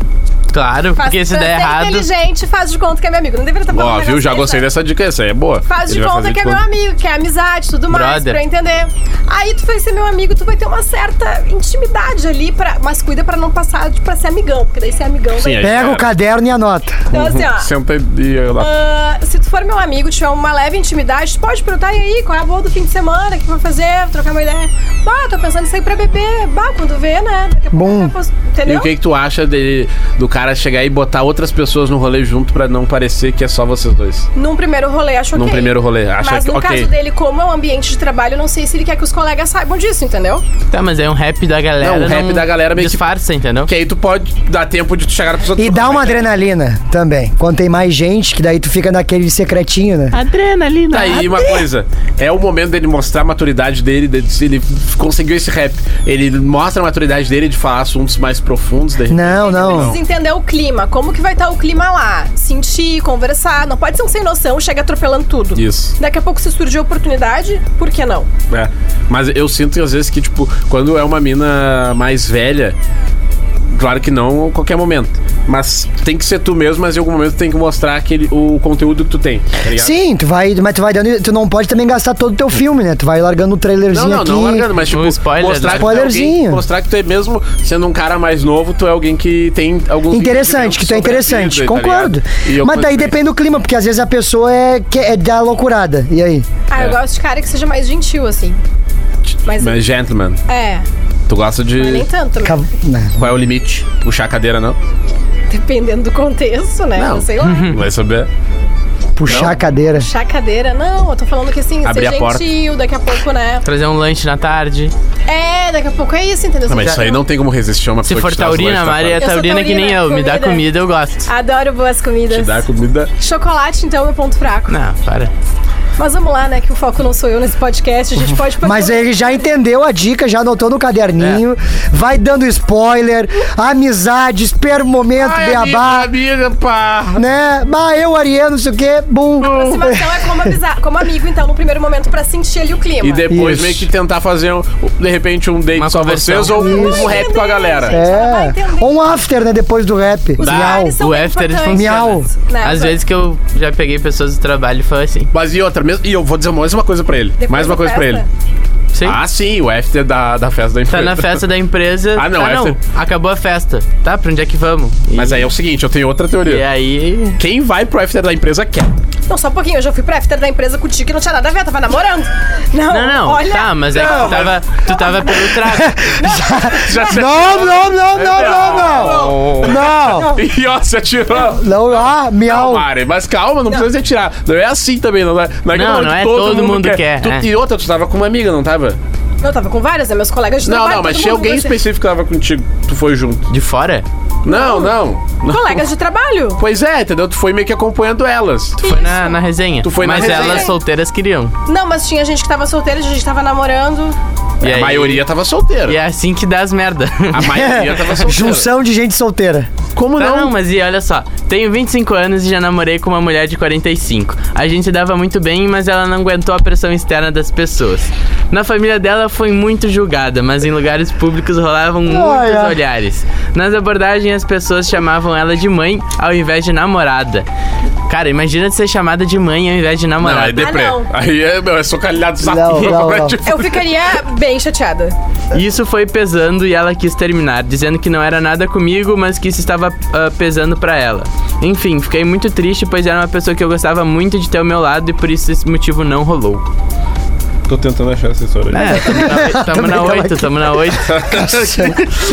Speaker 2: Claro,
Speaker 3: Faz,
Speaker 2: porque se
Speaker 3: pra
Speaker 2: der
Speaker 3: ser
Speaker 2: errado.
Speaker 3: inteligente, faz de conta que é meu amigo. Não deveria estar falando
Speaker 1: Ó,
Speaker 3: um
Speaker 1: viu?
Speaker 3: negócio
Speaker 1: Já
Speaker 3: desse,
Speaker 1: gostei
Speaker 3: né?
Speaker 1: dessa dica, essa aí é boa.
Speaker 3: Faz de
Speaker 1: Ele vai
Speaker 3: conta
Speaker 1: fazer
Speaker 3: que é
Speaker 1: de
Speaker 3: meu amigo, que é amizade, tudo mais,
Speaker 2: Brother.
Speaker 3: pra eu entender. Aí tu vai ser meu amigo, tu vai ter uma certa intimidade ali, pra, mas cuida pra não passar de, pra ser amigão, porque daí ser amigão
Speaker 1: Sim, Uhum.
Speaker 3: vai...
Speaker 1: aí,
Speaker 4: Pega o
Speaker 1: cara.
Speaker 4: caderno e anota.
Speaker 3: Então assim, ó.
Speaker 1: Senta e- e. lá.
Speaker 3: ah, se tu for meu amigo, tiver uma leve intimidade, tu pode perguntar e aí, qual é a boa do fim de semana, o que vai fazer, trocar uma ideia. Bah, tô pensando em sair pra beber. Bah, quando vê, né? Daqui a pouco
Speaker 4: Bom.
Speaker 3: eu posso-
Speaker 1: E
Speaker 3: Entendeu?
Speaker 1: o que, que tu acha dele, do cara chegar e botar outras pessoas no rolê junto pra não parecer que é só vocês dois?
Speaker 3: Num primeiro rolê, acho
Speaker 1: Num
Speaker 3: ok.
Speaker 1: primeiro rolê. Acha
Speaker 3: Mas
Speaker 1: que
Speaker 3: no
Speaker 1: ok.
Speaker 3: caso dele, como é um ambiente de trabalho, eu não sei se ele quer que os colegas saibam disso, entendeu?
Speaker 2: Tá, mas é um rap da galera.
Speaker 1: Não, um rap da galera meio que-
Speaker 2: Disfarça, entendeu?
Speaker 1: Que aí tu pode dar tempo de tu chegar na pessoa
Speaker 4: E dá uma adrenalina também. Quando tem mais gente, que daí tu fica naquele secretinho, né?
Speaker 2: Adrenalina.
Speaker 1: Tá aí uma coisa, é o momento dele mostrar a maturidade dele, de- se ele conseguiu esse rap. Ele mostra a maturidade dele de falar assuntos mais profundos. daí-
Speaker 4: Não,
Speaker 3: Precisa
Speaker 4: não.
Speaker 3: entender o clima. Como que vai estar o clima lá? Sentir, conversar. Não pode ser um sem noção, chega atropelando tudo.
Speaker 1: Isso.
Speaker 3: Daqui a pouco, se surgir a oportunidade, por que não?
Speaker 1: É. Mas eu sinto às vezes que, tipo, quando é uma mina mais velha, claro que não a qualquer momento. Mas tem que ser tu mesmo, mas em algum momento tem que mostrar aquele, o conteúdo que tu tem. Tá ligado?
Speaker 4: Sim, tu vai, mas tu vai dando. Tu não pode também gastar todo o teu filme, né? Tu vai largando o
Speaker 1: Não,
Speaker 4: trailerzinho
Speaker 1: não,
Speaker 4: aqui.
Speaker 1: não largando, mas tipo,
Speaker 2: Um spoiler,
Speaker 1: mostrar,
Speaker 2: né?
Speaker 1: que tu é alguém,
Speaker 4: Spoilerzinho.
Speaker 1: mostrar que tu é mesmo sendo um cara mais novo, tu é alguém que tem alguns
Speaker 4: Interessante, que tu é interessante,
Speaker 1: tá
Speaker 4: concordo. mas daí depende do clima, porque às vezes a pessoa é, que- é da loucurada. E aí?
Speaker 3: Ah, eu
Speaker 1: É.
Speaker 3: gosto de cara que seja mais gentil, assim.
Speaker 1: Mas,
Speaker 3: Mas-
Speaker 1: mas gentleman,
Speaker 3: É,
Speaker 1: tu gosta de
Speaker 3: mas nem tanto. né?
Speaker 4: Ca- né?
Speaker 1: Qual é o limite? Puxar a cadeira, não?
Speaker 3: Dependendo do contexto, né?
Speaker 1: Não. Uhum.
Speaker 3: Não, sei lá.
Speaker 2: Hum.
Speaker 1: Vai saber.
Speaker 4: Puxar
Speaker 1: Não.
Speaker 4: a cadeira.
Speaker 3: Puxar a cadeira, não, eu tô falando que assim,
Speaker 1: Abrir
Speaker 3: ser
Speaker 1: a porta.
Speaker 3: gentil, daqui a pouco, né?
Speaker 2: Trazer um lanche na tarde.
Speaker 3: É, daqui a pouco é isso, entendeu?
Speaker 1: Não, mas
Speaker 3: Assim,
Speaker 1: isso aí não tem como resistir a uma
Speaker 2: Se
Speaker 1: pessoa
Speaker 2: for
Speaker 1: que te traz
Speaker 2: taurina,
Speaker 1: lanche
Speaker 2: a
Speaker 1: da
Speaker 2: Maria é
Speaker 3: Eu sou
Speaker 2: taurina que nem eu.
Speaker 3: taurina,
Speaker 2: Me dá
Speaker 3: comida.
Speaker 2: comida, eu gosto.
Speaker 3: Adoro boas comidas.
Speaker 1: né? Te dá comida.
Speaker 3: Chocolate, então, é meu ponto fraco.
Speaker 2: Não, para.
Speaker 3: Mas vamos lá, né? Que o foco não sou eu nesse podcast. A
Speaker 1: Uhum.
Speaker 3: gente pode
Speaker 4: Mas
Speaker 1: é
Speaker 4: ele já entendeu a dica, já anotou no caderninho, vai dando spoiler, amizade, espera o momento, beabá,
Speaker 1: amiga, pá.
Speaker 4: né? Bah, eu, Ariano, não sei o quê, bum.
Speaker 3: Aproximação é como, avisar, como amigo, então, no primeiro momento, pra sentir ali o clima.
Speaker 1: E depois
Speaker 4: Isso.
Speaker 1: meio que tentar fazer, um- de repente, um date
Speaker 2: Uma
Speaker 1: só
Speaker 2: conversão.
Speaker 1: vocês ou um
Speaker 3: Isso.
Speaker 1: rap com a galera.
Speaker 3: Gente, ela vai
Speaker 4: É.
Speaker 3: entender.
Speaker 4: Ou um after, né? Depois do rap.
Speaker 3: Os
Speaker 4: Miau.
Speaker 3: lugares são
Speaker 2: O
Speaker 3: bem
Speaker 2: after eles
Speaker 3: importantes.
Speaker 4: Miau.
Speaker 3: Né?
Speaker 2: Às vezes que eu já peguei pessoas do trabalho e falei assim.
Speaker 1: Mas e outra, mesmo, e eu vou dizer mais uma coisa pra ele.
Speaker 3: Depois
Speaker 1: mais uma
Speaker 3: da
Speaker 1: coisa pra ele.
Speaker 3: festa?
Speaker 2: Sim.
Speaker 1: Ah, sim, o after da, da festa da empresa.
Speaker 2: Tá na festa da empresa.
Speaker 1: Ah, não,
Speaker 2: ah, não.
Speaker 1: after-
Speaker 2: Acabou a festa. Tá, pra onde é que vamos? E,
Speaker 1: Mas aí é o seguinte, eu tenho outra teoria.
Speaker 2: e aí.
Speaker 1: Quem vai pro after da empresa quer.
Speaker 3: Não, só um pouquinho. Eu já fui pra after da empresa contigo que não tinha nada a ver. Tava namorando. Não,
Speaker 2: Não, não.
Speaker 3: Olha,
Speaker 2: Tá, mas é que tu tava, tu tava pelo trago.
Speaker 1: Já se-
Speaker 4: Não, não, não,
Speaker 1: É,
Speaker 4: não, não, não.
Speaker 1: E ó, se atirou.
Speaker 4: Não, não, ah, miau.
Speaker 1: Mari, mas calma, não, precisa se atirar. Não é assim também, não é? Não, que
Speaker 2: Não,
Speaker 1: todo
Speaker 2: não é todo mundo quer,
Speaker 1: Tu-
Speaker 2: é.
Speaker 1: E outra, tu tava com uma amiga, não tava?
Speaker 3: Eu tava com várias, né? Meus colegas de
Speaker 1: Não,
Speaker 3: trabalho.
Speaker 1: não, mas
Speaker 3: todo
Speaker 1: tinha
Speaker 3: mundo
Speaker 1: alguém
Speaker 3: com você.
Speaker 1: específico que tava contigo, tu foi junto.
Speaker 2: De fora?
Speaker 1: Não, não. não.
Speaker 3: Colegas de trabalho.
Speaker 1: Pois é, entendeu? Tu foi meio que acompanhando elas.
Speaker 2: Tu foi na, na resenha.
Speaker 1: Tu foi na
Speaker 2: Mas
Speaker 1: resenha.
Speaker 2: elas solteiras queriam.
Speaker 3: Não, mas tinha gente que tava solteira, gente que tava namorando.
Speaker 2: E
Speaker 1: a
Speaker 2: aí-
Speaker 1: É, maioria tava
Speaker 2: E
Speaker 1: solteira.
Speaker 2: é assim que dá as merda.
Speaker 1: A maioria tava solteira.
Speaker 4: É. Junção de gente solteira.
Speaker 1: Como
Speaker 2: Tá,
Speaker 1: não?
Speaker 2: não, mas e olha só, tenho 25 anos e já namorei com uma mulher de 45. A gente se dava muito bem, mas ela não aguentou a pressão externa das pessoas. Na família dela foi muito julgada, mas em lugares públicos rolavam muitos
Speaker 4: Olha.
Speaker 2: olhares. Nas abordagens as pessoas chamavam ela de mãe ao invés de namorada. Cara, imagina ser chamada de mãe ao invés de
Speaker 1: Não,
Speaker 2: namorada.
Speaker 1: é deprê.
Speaker 3: Ah, não.
Speaker 1: Aí é, meu, é socalhado sapo.
Speaker 4: Não, não, não.
Speaker 3: Eu ficaria bem chateada.
Speaker 2: Isso foi pesando e ela quis terminar, dizendo que não era nada comigo, mas que isso estava ah, pesando pra ela. Enfim, fiquei muito triste, pois era uma pessoa que eu gostava muito de ter ao meu lado e por isso esse motivo não rolou.
Speaker 1: Tô tentando achar essa história.
Speaker 2: É, tamo na
Speaker 4: Também tava
Speaker 2: 8,
Speaker 4: aqui.
Speaker 2: tamo na 8.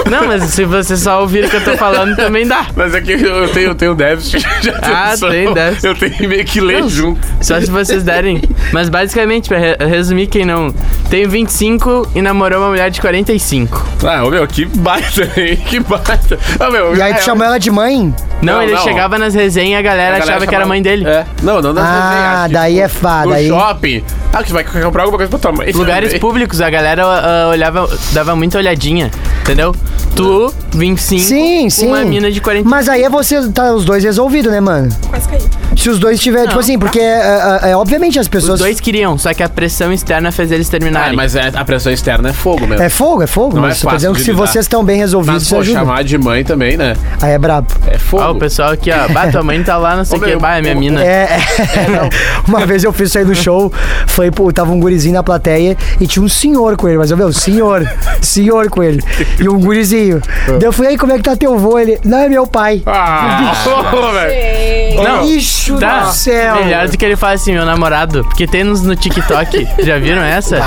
Speaker 2: Não, mas se você só ouvir o que eu tô falando, também dá.
Speaker 1: Mas é que eu eu tenho, eu tenho déficit de
Speaker 2: Ah,
Speaker 1: atenção.
Speaker 2: tem déficit.
Speaker 1: Eu tenho que meio que ler
Speaker 2: Não,
Speaker 1: junto.
Speaker 2: Só se vocês derem. Mas basicamente, pra re- resumir quem não... Tenho 25 e namorou uma mulher de 45.
Speaker 1: Ah, ô, meu, que baita, hein? Que baita. Ah, meu,
Speaker 4: E aí tu
Speaker 1: é,
Speaker 4: chamou ela de mãe?
Speaker 2: Não,
Speaker 1: Não,
Speaker 2: ele
Speaker 1: não.
Speaker 2: chegava nas resenhas e a galera,
Speaker 1: a galera
Speaker 2: achava que era
Speaker 1: chamava-
Speaker 2: a mãe dele.
Speaker 1: É. Não, não, não.
Speaker 4: Ah, daí é fada,
Speaker 1: tipo, No
Speaker 4: aí-
Speaker 1: shopping. Ah, que vai comprar alguma coisa pra tua mãe.
Speaker 2: Lugares
Speaker 1: também.
Speaker 2: públicos, a galera ah, olhava, dava muita olhadinha, entendeu? Tu, 25,
Speaker 4: Sim, sim.
Speaker 2: uma mina de 40.
Speaker 4: Mas aí é você tá os dois resolvido, né, mano?
Speaker 3: Quase caí.
Speaker 4: Se os dois tiver, tipo assim, porque é, é, é, obviamente as
Speaker 2: Os
Speaker 4: pessoas.
Speaker 2: dois queriam, só que a pressão externa fez eles
Speaker 1: Ah,
Speaker 2: terminarem.
Speaker 1: mas é- a pressão externa é fogo mesmo.
Speaker 4: É fogo, é fogo,
Speaker 1: Não é
Speaker 4: mas eu tô
Speaker 1: fácil
Speaker 4: dizendo que
Speaker 1: de
Speaker 4: se
Speaker 1: lidar.
Speaker 4: vocês estão bem resolvidos,
Speaker 1: Mas,
Speaker 4: isso
Speaker 1: pô,
Speaker 4: ajuda.
Speaker 1: chamar de mãe também, né?
Speaker 4: Aí é brabo.
Speaker 1: É fogo.
Speaker 2: Ó, Ah, o pessoal aqui, ó, bah, tua mãe tá lá, não sei o
Speaker 1: Ô,
Speaker 2: que,
Speaker 1: meu,
Speaker 2: bah, é minha
Speaker 1: o-
Speaker 2: mina.
Speaker 4: É, uma vez eu fiz isso aí no show, foi, pô, tava um gurizinho na plateia e tinha um senhor com ele, mas eu, meu, senhor, senhor com ele, e um gurizinho. Daí eu fui, aí, como é que tá teu vô? Ele, não, é meu pai.
Speaker 1: Ah, ô, velho.
Speaker 3: Gente,
Speaker 2: Não,
Speaker 4: Bicho
Speaker 2: Tá,
Speaker 4: do céu.
Speaker 2: melhor do que ele fala assim, meu namorado, porque tem nos no TikTok, já viram essa?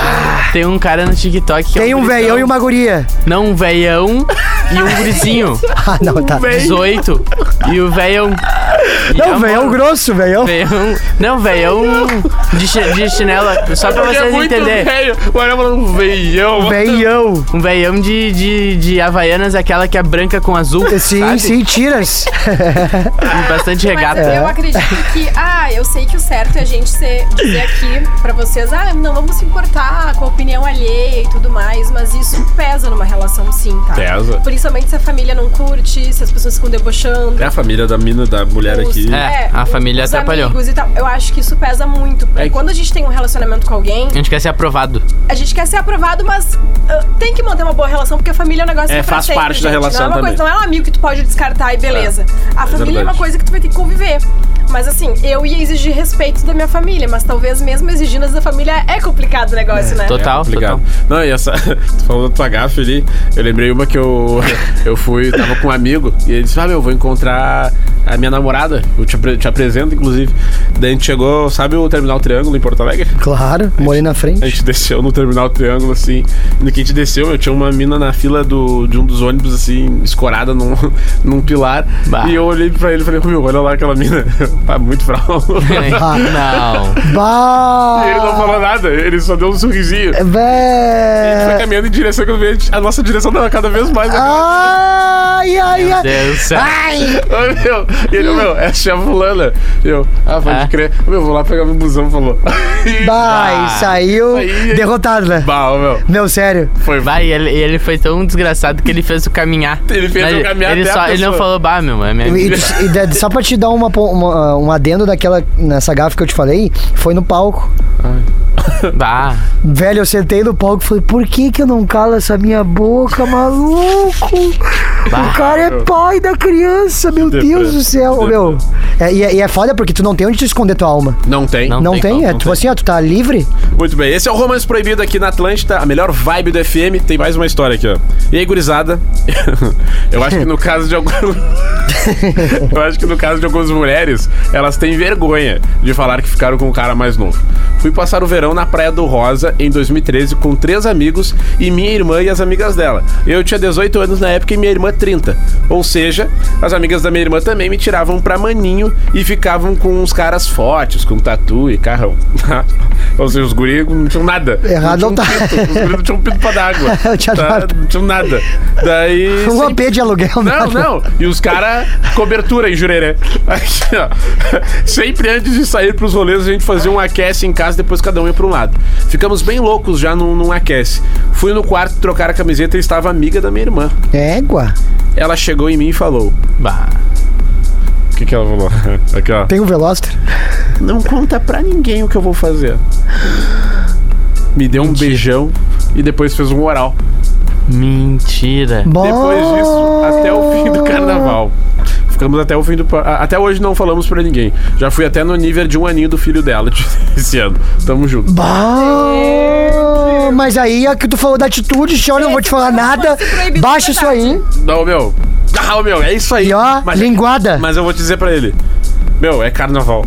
Speaker 2: Tem um cara no TikTok que
Speaker 4: Tem
Speaker 2: é
Speaker 4: um
Speaker 2: gurizão.
Speaker 4: velhão e uma guria.
Speaker 2: Não, um velhão e um gurizinho,
Speaker 4: Ah, não, tá.
Speaker 2: 18, e o velhão... E
Speaker 4: Não,
Speaker 2: amor.
Speaker 4: velhão grosso, velhão.
Speaker 2: Veião. Não, veião de, chi- de chinela. Só pra
Speaker 1: Porque é
Speaker 2: vocês
Speaker 1: muito
Speaker 2: entenderem.
Speaker 1: velho. O Ariel falando um veião.
Speaker 4: Velhão.
Speaker 2: Um veião de, de, de Havaianas, aquela que é branca com azul.
Speaker 4: Sim,
Speaker 2: sabe?
Speaker 4: sim, tiras.
Speaker 2: E bastante
Speaker 3: mas
Speaker 2: regata.
Speaker 3: eu acredito que, ah, eu sei que o certo é a gente ser, dizer aqui pra vocês, ah, não vamos se importar com a opinião alheia e tudo mais, mas isso pesa numa relação sim, tá?
Speaker 1: Pesa.
Speaker 3: Principalmente se a família não curte, se as pessoas ficam debochando.
Speaker 1: É a família da mina, da mulher
Speaker 3: os-
Speaker 1: aqui.
Speaker 2: É, a família
Speaker 3: os
Speaker 2: atrapalhou.
Speaker 3: amigos e tal. Eu acho que isso pesa muito. Porque
Speaker 1: É que-
Speaker 3: quando a gente tem um relacionamento com alguém,
Speaker 2: A gente quer ser aprovado.
Speaker 1: É,
Speaker 3: a gente quer ser aprovado, mas ah, tem que manter uma boa relação, porque a família é um negócio
Speaker 1: É,
Speaker 3: que pra
Speaker 1: faz
Speaker 3: sempre,
Speaker 1: parte da
Speaker 3: gente.
Speaker 1: relação
Speaker 3: não é uma
Speaker 1: também.
Speaker 3: coisa, Não é um amigo que tu pode descartar e beleza. a família é uma
Speaker 1: verdade.
Speaker 3: coisa que tu vai ter que conviver. Mas assim, eu ia exigir respeito da minha família, mas talvez mesmo exigindo da família é complicado o negócio, né?
Speaker 2: Total,
Speaker 1: complicado.
Speaker 2: total.
Speaker 1: É, Não, e essa. Tu falou da tua gafe ali. Eu lembrei uma que eu. Eu fui. Tava com um amigo. E ele disse: Ah, meu, eu vou encontrar a minha namorada. Eu te, apre- te apresento, inclusive. Daí a gente chegou. Sabe o Terminal Triângulo em Porto Alegre?
Speaker 4: Claro, morei na
Speaker 1: A
Speaker 4: frente.
Speaker 1: gente desceu no terminal triângulo, assim. No que a gente desceu, eu tinha uma mina na fila do, de um dos ônibus, assim, escorada num, num pilar.
Speaker 2: Bah.
Speaker 1: E eu olhei pra ele e falei, Rubio, olha lá aquela mina. Tá muito fral.
Speaker 2: Não.
Speaker 4: Bah!
Speaker 1: E ele não falou nada, ele só deu um sorrisinho. Foi
Speaker 4: Vé!
Speaker 1: caminhando em direção que eu vi a nossa direção tava cada vez mais. né?
Speaker 4: Ah. Ai, ai,
Speaker 2: Meu
Speaker 4: ai.
Speaker 2: Deus do céu.
Speaker 1: Ô, meu. E ele, meu, essa é a fulana. E eu, ah, pode
Speaker 2: Ah.
Speaker 1: crer. Meu, vou lá pegar meu busão, falou. E-
Speaker 4: Vai, saiu
Speaker 1: Aí-
Speaker 4: derrotado, né?
Speaker 1: Bah, ô, meu.
Speaker 4: Meu, sério.
Speaker 1: Foi
Speaker 2: Vai, e ele, e ele foi tão desgraçado que ele fez o caminhar.
Speaker 1: Ele fez
Speaker 2: Mas
Speaker 1: o caminhar
Speaker 2: Ele,
Speaker 1: até a
Speaker 2: só, ele não
Speaker 1: pessoa.
Speaker 2: falou, bah, meu, é minha
Speaker 4: E-
Speaker 2: amiga.
Speaker 4: e- e de- só pra te dar uma, po- uma- um adendo daquela, nessa gafa que eu te falei, foi no palco.
Speaker 2: Bah.
Speaker 4: Velho, eu sentei no palco e falei, por que que eu não calo essa minha boca, maluco? O cara é pai da criança, meu
Speaker 1: Deprê.
Speaker 4: Deus do céu. Ô, meu, é, e, é, e é foda porque tu não tem onde tu esconder tua alma.
Speaker 1: Não tem.
Speaker 2: Não
Speaker 4: Não,
Speaker 2: tem
Speaker 4: tem?
Speaker 2: como,
Speaker 4: é
Speaker 1: não
Speaker 4: tipo
Speaker 1: tem.
Speaker 4: assim, ó, tu tá livre?
Speaker 1: Muito bem, esse é o Romance Proibido aqui na Atlântida, a melhor vibe do FM. Tem mais uma história aqui, ó. E aí, gurizada? Eu acho que no caso de algum... Eu acho que no caso de algumas mulheres, elas têm vergonha de falar que ficaram com um cara mais novo. Fui passar o verão na Praia do Rosa em 2013 com três amigos e minha irmã e as amigas dela. Eu tinha 18 anos na época e minha irmã 30. Ou seja, as amigas da minha irmã também me tiravam pra maninho e ficavam com uns caras fortes, com tatu e carrão. Ou seja, os guris não tinham nada.
Speaker 4: Errado
Speaker 1: não
Speaker 4: não
Speaker 1: tinham
Speaker 4: tá.
Speaker 1: pinto, Os guris não tinham pinto pra dar água.
Speaker 4: Eu te
Speaker 1: tá?
Speaker 4: adoro.
Speaker 1: Não tinham nada. Daí.
Speaker 4: Um
Speaker 1: sempre-
Speaker 4: AP de aluguel,
Speaker 1: não,
Speaker 4: nada.
Speaker 1: não. E os caras, cobertura em Jurerê. Aqui, ó. Sempre antes de sair pros rolês, a gente fazia um aquece em casa, depois cada um ia pra um lado. Ficamos bem loucos já num, num aquece. Fui no quarto trocar a camiseta e estava a amiga da minha irmã.
Speaker 4: Égua.
Speaker 1: Ela chegou em mim e falou:
Speaker 2: Bah.
Speaker 1: O que, que ela falou? Aqui, ó.
Speaker 4: Tem um Veloster?
Speaker 1: Não conta pra ninguém o que eu vou fazer. Me deu um beijão e depois fez um oral.
Speaker 2: Mentira.
Speaker 4: Bom.
Speaker 1: Depois disso, até o fim do carnaval. Ficamos até o fim do. pa- a- Até hoje não falamos pra ninguém. Já fui até no nível de um aninho do filho dela de- esse ano. Tamo junto.
Speaker 4: Bom. Mas aí é que tu falou da atitude, Sean, eu não vou te falar nada. Baixa isso aí.
Speaker 1: Não, meu. Ah, meu, é isso aí.
Speaker 4: E ó,
Speaker 1: Mas-
Speaker 4: linguada.
Speaker 1: Mas eu vou te dizer pra ele. Meu, é carnaval.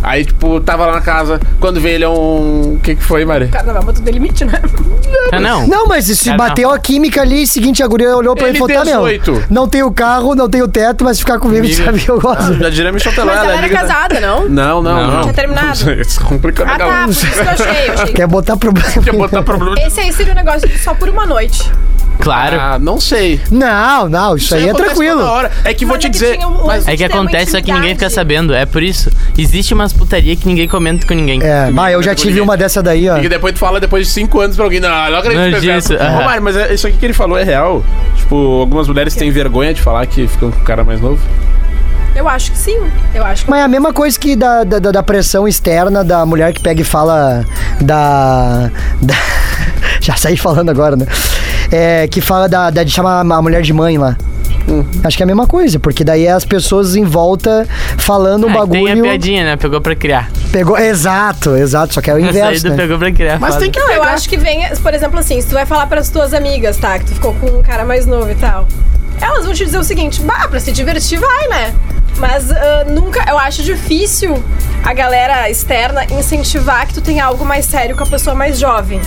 Speaker 1: Aí, tipo, tava lá na casa, quando veio ele é um. O que que foi, Mari?
Speaker 3: Carnaval, mas tudo é limite, né?
Speaker 2: Ah, não.
Speaker 4: Não, mas se
Speaker 2: Ah, não.
Speaker 4: bateu a química ali, seguinte, a guria olhou pra ele
Speaker 1: Ele
Speaker 4: e falou, tá, meu,
Speaker 1: 18.
Speaker 4: não tem o carro, não tem o teto, mas ficar comigo, tu
Speaker 1: Amiga.
Speaker 4: sabe que eu gosto.
Speaker 1: Já diria Michel Teló,
Speaker 3: Mas
Speaker 1: ela é
Speaker 3: ela era
Speaker 1: amiga da-
Speaker 3: casada, não?
Speaker 1: Não, não,
Speaker 2: Não.
Speaker 1: não.
Speaker 2: Tinha
Speaker 3: terminado.
Speaker 1: Isso é complicado.
Speaker 3: Ah, tá, por
Speaker 1: Não
Speaker 3: isso que eu achei. eu achei.
Speaker 4: Quer botar problema.
Speaker 1: ia botar problema.
Speaker 3: Esse aí seria um negócio de só por uma noite.
Speaker 2: Claro.
Speaker 1: Ah, não sei.
Speaker 4: Não, não, isso, aí é
Speaker 1: acontece
Speaker 4: tranquilo.
Speaker 1: toda hora. É que
Speaker 3: Mas
Speaker 1: vou te
Speaker 3: é que
Speaker 1: dizer.
Speaker 3: tinha um-
Speaker 1: mas-
Speaker 2: É que
Speaker 3: Isso é uma
Speaker 2: acontece, só que ninguém fica
Speaker 3: intimidade.
Speaker 2: sabendo. É por isso. Existe umas putaria que ninguém comenta com ninguém.
Speaker 4: É, bah, eu já
Speaker 1: Ninguém-
Speaker 4: tive uma dessa daí, ó.
Speaker 1: E que depois tu fala depois de 5 anos pra alguém, não, eu não acredito
Speaker 2: É. Não
Speaker 1: que fez
Speaker 2: disse,
Speaker 1: essa."
Speaker 2: aham.
Speaker 1: Ô, Mário, mas é- isso aqui que ele falou é real. Tipo, algumas mulheres têm vergonha de falar que ficam com o cara mais novo.
Speaker 3: Eu acho que sim. Eu acho que
Speaker 4: Mas é a mesma coisa que da, da, da- da pressão externa da mulher que pega e fala da. da- já saí falando agora, né? É, que fala da, da- de chamar a mulher de mãe lá. Acho que é a mesma coisa, porque daí é as pessoas em volta falando um
Speaker 2: Ah, que Tem a
Speaker 4: bagulho.
Speaker 2: piadinha, né? Pegou pra criar.
Speaker 4: Pegou, exato, exato, só que é o
Speaker 2: Essa aí
Speaker 4: inverso.
Speaker 2: do
Speaker 4: Né?
Speaker 2: pegou pra criar.
Speaker 1: Mas
Speaker 2: foda.
Speaker 1: tem que
Speaker 3: Não, eu acho que vem, por exemplo, assim, se tu vai falar pras tuas amigas, tá? Que tu ficou com um cara mais novo e tal. Elas vão te dizer o seguinte, bah, pra se divertir vai, né? Mas ah, nunca, eu acho difícil a galera externa incentivar que tu tenha algo mais sério com a pessoa mais jovem.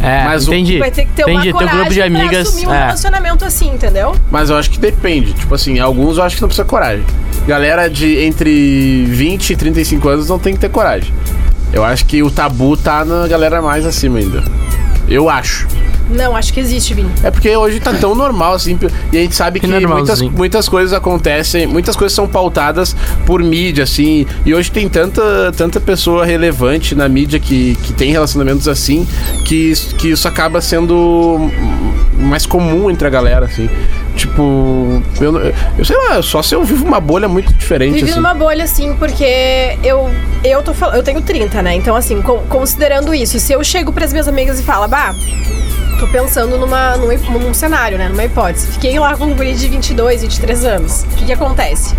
Speaker 2: É,
Speaker 1: Mas o-
Speaker 2: entendi.
Speaker 3: Vai ter que ter
Speaker 2: entendi.
Speaker 3: uma
Speaker 2: Teu
Speaker 3: coragem
Speaker 2: grupo de
Speaker 3: pra
Speaker 2: amigas.
Speaker 3: assumir um
Speaker 2: é.
Speaker 3: relacionamento assim, entendeu?
Speaker 1: Mas eu acho que depende. Tipo assim, alguns eu acho que não precisa coragem. Galera de entre 20 e 35 anos não tem que ter coragem. Eu acho que o tabu tá na galera mais acima ainda. Eu acho.
Speaker 3: Não, acho que existe, Vini.
Speaker 1: É porque hoje tá tão normal, assim. E a gente sabe que,
Speaker 2: Que
Speaker 1: muitas,
Speaker 2: normalzinho.
Speaker 1: muitas coisas acontecem, muitas coisas são pautadas por mídia, assim. E hoje tem tanta, tanta pessoa relevante na mídia que, que tem relacionamentos assim, que, isso- que isso acaba sendo hum, mais comum entre a galera, assim. Tipo, eu, não- eu sei lá, só se eu vivo uma bolha muito diferente,
Speaker 3: Vivi
Speaker 1: assim.
Speaker 3: numa bolha, assim, porque eu, eu tô falando, eu tenho 30, né? Então, assim, con- considerando isso, se eu chego pras minhas amigas e falo, bah, tô pensando numa, num, hip- num cenário, né? Numa hipótese. Fiquei lá com um guri de 22, 23 anos. O que, que acontece?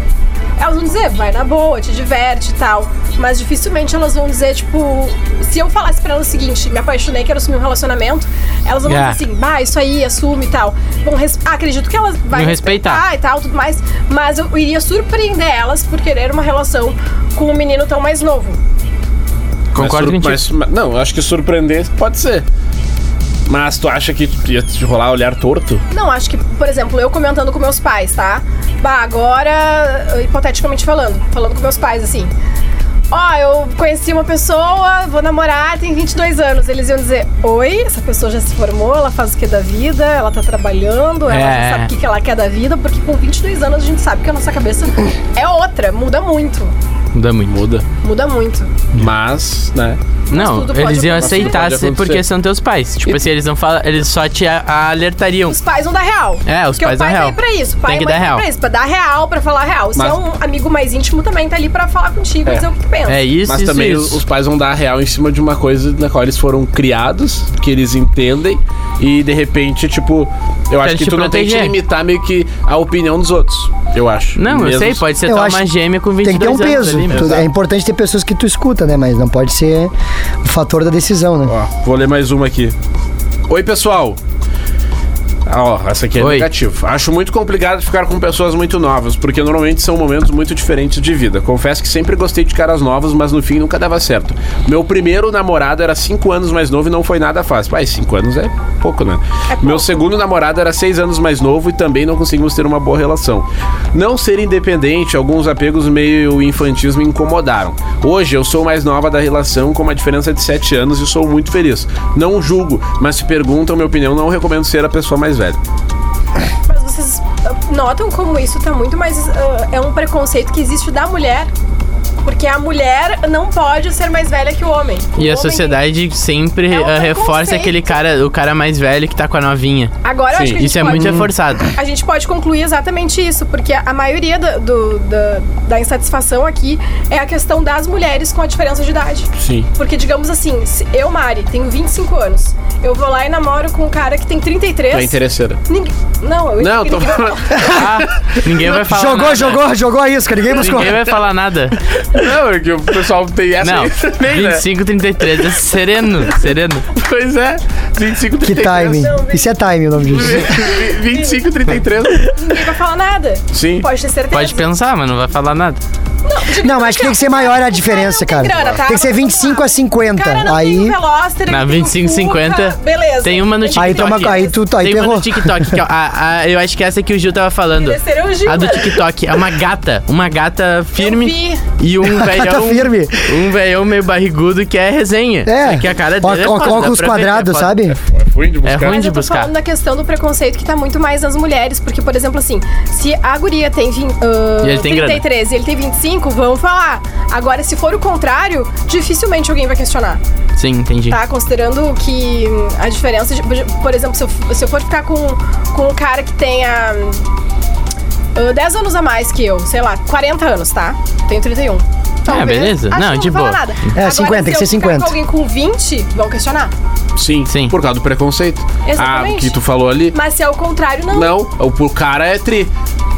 Speaker 3: Elas vão dizer, vai na boa, te diverte e tal. Mas dificilmente elas vão dizer, tipo, se eu falasse pra elas o seguinte, me apaixonei, quero assumir um relacionamento, elas vão
Speaker 2: É.
Speaker 3: dizer assim, bah, isso aí, assume e tal. Bom, res- ah, acredito que elas vai
Speaker 2: Não respeitar.
Speaker 3: Ah, e tal, tudo mais. Mas eu iria surpreender elas por querer uma relação com um menino tão mais novo.
Speaker 2: Concordo
Speaker 1: mas, sur-
Speaker 2: contigo.
Speaker 1: mas- mas- Não, eu acho que surpreender pode ser. Mas tu acha que ia te rolar olhar torto?
Speaker 3: Não, acho que, por exemplo, eu comentando com meus pais, tá? Bah, agora, hipoteticamente falando, falando com meus pais, assim. Ó, eu conheci uma pessoa, vou namorar, tem 22 anos. Eles iam dizer: Oi, essa pessoa já se formou, ela faz o que da vida, ela tá trabalhando, ela
Speaker 2: É.
Speaker 3: já sabe o que que ela quer da vida, porque com 22 anos a gente sabe que a nossa cabeça é outra, muda muito.
Speaker 2: Muda muito.
Speaker 1: Muda.
Speaker 3: Muda muito.
Speaker 1: Mas, né?
Speaker 2: Não,
Speaker 3: tudo pode
Speaker 2: eles iam
Speaker 3: acontecer.
Speaker 2: aceitar
Speaker 1: Pode
Speaker 2: se-
Speaker 1: acontecer.
Speaker 2: porque são teus pais. Tipo assim, eles não falam, eles só te a- alertariam.
Speaker 3: Os pais vão dar real.
Speaker 2: É, os
Speaker 3: Porque
Speaker 2: pais dão
Speaker 3: o pai tá
Speaker 2: real.
Speaker 3: aí pra isso. O pai
Speaker 2: Tem que
Speaker 3: e a
Speaker 2: dar
Speaker 3: mãe tá aí
Speaker 2: real.
Speaker 3: pra isso, pra dar real, pra falar real. Se
Speaker 1: Mas-
Speaker 3: é um amigo mais íntimo, também tá ali pra falar contigo,
Speaker 1: É.
Speaker 3: dizer o que tu pensa.
Speaker 2: É isso,
Speaker 1: Mas
Speaker 2: isso,
Speaker 1: também
Speaker 2: isso.
Speaker 1: os- os pais vão dar a real em cima de uma coisa na qual eles foram criados, que eles entendem, e de repente, tipo, eu acho
Speaker 2: Quero
Speaker 1: que
Speaker 2: te
Speaker 1: tu não tem que te
Speaker 2: proteger.
Speaker 1: limitar meio que a opinião dos outros. Eu acho.
Speaker 2: Não, eu
Speaker 1: Mesmo
Speaker 2: sei,
Speaker 1: se-
Speaker 2: pode ser
Speaker 4: Eu
Speaker 2: tua
Speaker 4: acho
Speaker 2: uma
Speaker 4: que
Speaker 2: gêmea com
Speaker 4: Tem que
Speaker 2: 22
Speaker 4: ter um peso.
Speaker 2: anos ali,
Speaker 4: Tu-
Speaker 2: meu.
Speaker 4: é importante ter pessoas que tu escuta, né? Mas não pode ser o fator da decisão, né?
Speaker 1: Ó, vou ler mais uma aqui. Oi, pessoal. Ó, essa aqui é
Speaker 2: Oi.
Speaker 1: negativa. Acho muito complicado ficar com pessoas muito novas, porque normalmente são momentos muito diferentes de vida. Confesso que sempre gostei de caras novos, mas no fim nunca dava certo. Meu primeiro namorado era 5 anos mais novo e não foi nada fácil. Pai, 5 anos é pouco, né? Meu segundo namorado era 6 anos mais novo e também não conseguimos ter uma boa relação. Não ser independente, alguns apegos meio infantis me incomodaram. Hoje eu sou mais nova da relação, com uma diferença de 7 anos e sou muito feliz. Não julgo, mas se perguntam minha opinião, não recomendo ser a pessoa mais velha.
Speaker 3: Mas vocês ah, notam como isso tá muito mais. ah, é um preconceito que existe da mulher. Porque a mulher não pode ser mais velha que o homem. O
Speaker 2: E
Speaker 3: homem-
Speaker 2: a sociedade sempre
Speaker 3: É um
Speaker 2: ah, reforça
Speaker 3: preconceito.
Speaker 2: aquele cara, o cara mais velho que tá com a novinha.
Speaker 3: Agora eu acho
Speaker 1: Sim,
Speaker 3: que a gente
Speaker 2: Isso é
Speaker 3: pode-
Speaker 2: muito reforçado.
Speaker 3: A gente pode concluir exatamente isso, porque a maioria da, do- da- da insatisfação aqui é a questão das mulheres com a diferença de idade.
Speaker 1: Sim.
Speaker 3: Porque, digamos assim, se eu, Mari, tenho 25 anos, eu vou lá e namoro com um cara que tem 33.
Speaker 1: Tu
Speaker 2: Tá
Speaker 1: é interesseira.
Speaker 3: Ninguém... Não, eu
Speaker 1: Não, tô
Speaker 3: ninguém-
Speaker 1: falando.
Speaker 2: Ah, ninguém vai falar
Speaker 4: jogou,
Speaker 2: nada.
Speaker 4: jogou, jogou a isca, ninguém buscou.
Speaker 2: Ninguém vai falar nada.
Speaker 1: Não, é que o pessoal tem essa
Speaker 2: Não.
Speaker 1: aí também, né?
Speaker 2: 25, 33. É sereno, sereno.
Speaker 1: Pois é. 25, 33.
Speaker 4: Que timing. Isso é timing o nome disso.
Speaker 1: 25, 33.
Speaker 3: Ninguém vai falar nada.
Speaker 1: Sim.
Speaker 3: Pode ter certeza.
Speaker 2: Pode pensar, mas não vai falar nada.
Speaker 4: Não, mas tem que ser maior a diferença, cara. Tem que ser 25 a 50.
Speaker 3: Cara, não tem
Speaker 4: Aí.
Speaker 3: um Veloster,
Speaker 2: Na
Speaker 3: ele tem um
Speaker 2: 25,
Speaker 3: Fuca,
Speaker 2: 50.
Speaker 3: Beleza.
Speaker 2: Tem uma no TikTok.
Speaker 4: Aí toma- aí tu- aí
Speaker 2: Tem uma
Speaker 4: ferrou.
Speaker 2: no TikTok. Que, ó, a- a- eu acho que é essa que o Gil tava falando.
Speaker 3: Terceiro é o Gil,
Speaker 2: A do
Speaker 3: né?
Speaker 2: TikTok. É uma gata. Uma gata firme.
Speaker 3: vi.
Speaker 2: E um velhão.
Speaker 4: firme.
Speaker 2: Um velhão meio barrigudo que é resenha.
Speaker 4: É.
Speaker 2: Só que a cara
Speaker 4: Ó,
Speaker 2: dele é
Speaker 4: ó,
Speaker 2: foda, dá
Speaker 4: Coloca os
Speaker 2: pra ver que é
Speaker 4: quadrados,
Speaker 2: foda.
Speaker 4: sabe?
Speaker 1: Ruim de
Speaker 2: É
Speaker 1: buscar.
Speaker 2: ruim
Speaker 3: Mas
Speaker 2: de
Speaker 3: eu tô
Speaker 2: buscar.
Speaker 3: falando da questão do preconceito que tá muito mais nas mulheres, porque, por exemplo, assim, se a guria tem, vin- ah,
Speaker 2: E ele tem grana.
Speaker 3: 33 e ele tem 25, vamos falar. Agora, se for o contrário, dificilmente alguém vai questionar,
Speaker 2: Sim, entendi.
Speaker 3: tá? Considerando que hum, a diferença, de, por exemplo, se eu, f- se eu for ficar com, com um cara que tenha hum, ah, 10 anos a mais que eu, sei lá, 40 anos, tá? Tenho 31. Talvez,
Speaker 2: Ah, beleza.
Speaker 3: acho
Speaker 2: Não,
Speaker 3: que
Speaker 2: de
Speaker 3: vou falar
Speaker 2: boa.
Speaker 3: Nada.
Speaker 4: É,
Speaker 3: Agora,
Speaker 4: 50, tem que
Speaker 3: se eu
Speaker 4: ser
Speaker 3: ficar com
Speaker 4: 50.
Speaker 3: alguém com 20, vão questionar.
Speaker 1: Sim.
Speaker 2: Sim.
Speaker 1: Por causa do preconceito.
Speaker 3: Exatamente.
Speaker 1: Ah, que tu falou ali.
Speaker 3: Mas se é o contrário, não.
Speaker 1: Não, o pro cara é tri.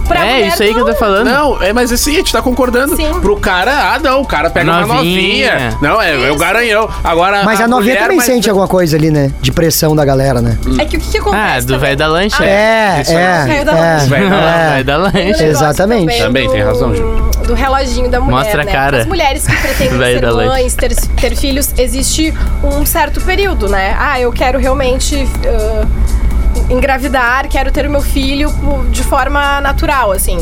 Speaker 3: Pra
Speaker 2: é,
Speaker 3: mulher,
Speaker 2: isso aí que eu tô
Speaker 3: não.
Speaker 2: falando. Ah,
Speaker 1: Não, é, mas assim, a gente tá concordando.
Speaker 3: Sim.
Speaker 1: Pro cara, ah, não, o cara pega uma
Speaker 2: Novinha.
Speaker 1: novinha. Não, é, é o
Speaker 3: Isso.
Speaker 1: garanhão. Agora.
Speaker 4: Mas a novinha
Speaker 1: mulher
Speaker 4: também
Speaker 1: mais-
Speaker 4: sente alguma coisa ali, né? De pressão da galera, né?
Speaker 3: É que o que, que acontece?
Speaker 2: Ah, do
Speaker 3: também?
Speaker 2: velho da lancha.
Speaker 4: É,
Speaker 1: Isso aí.
Speaker 4: é.
Speaker 3: Caiu da mão.
Speaker 4: é.
Speaker 1: Vai lá,
Speaker 4: É.
Speaker 2: Velho da
Speaker 3: Tem o
Speaker 2: lancha.
Speaker 3: negócio
Speaker 4: Exatamente.
Speaker 1: Também,
Speaker 3: do-
Speaker 1: tem razão, Ju.
Speaker 3: Do reloginho da mulher.
Speaker 2: Mostra a
Speaker 3: né?
Speaker 2: cara.
Speaker 3: As mulheres que pretendem
Speaker 2: Velho
Speaker 3: ser
Speaker 2: da leite.
Speaker 3: mães, ter, ter filhos, existe um certo período, né? Ah, eu quero realmente. ah, engravidar, quero ter o meu filho pu- de forma natural, assim.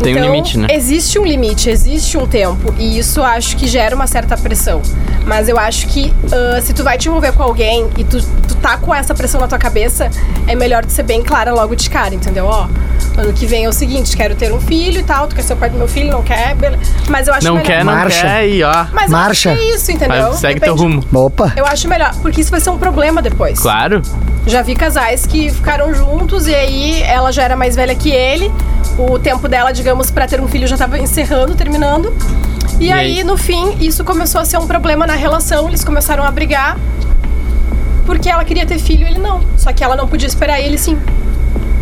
Speaker 2: Tem um
Speaker 3: Então,
Speaker 2: limite, né?
Speaker 3: Existe um limite, existe um tempo. E isso acho que gera uma certa pressão. Mas eu acho que ah, se tu vai te envolver com alguém e tu, tu tá com essa pressão na tua cabeça, é melhor tu ser bem clara logo de cara, entendeu? Ó, ano que vem é o seguinte, quero ter um filho e tal, tu quer ser o pai do meu filho, não quer, beleza. Mas eu acho
Speaker 2: Não
Speaker 3: melhor.
Speaker 2: quer, não
Speaker 4: Marcha.
Speaker 2: quer e ó.
Speaker 3: Mas eu acho
Speaker 4: Marcha.
Speaker 3: que é isso, entendeu?
Speaker 2: Mas segue teu
Speaker 3: Depende-
Speaker 2: rumo.
Speaker 4: Opa.
Speaker 3: Eu acho melhor, porque isso vai ser um problema depois.
Speaker 2: Claro.
Speaker 3: Já vi casais que ficaram juntos e aí ela já era mais velha que ele. O tempo dela, digamos, pra ter um filho já tava encerrando, terminando. E,
Speaker 2: E
Speaker 3: aí,
Speaker 2: aí?
Speaker 3: no fim, isso começou a ser um problema na relação. Eles começaram a brigar porque ela queria ter filho e ele não. Só que ela não podia esperar ele sim.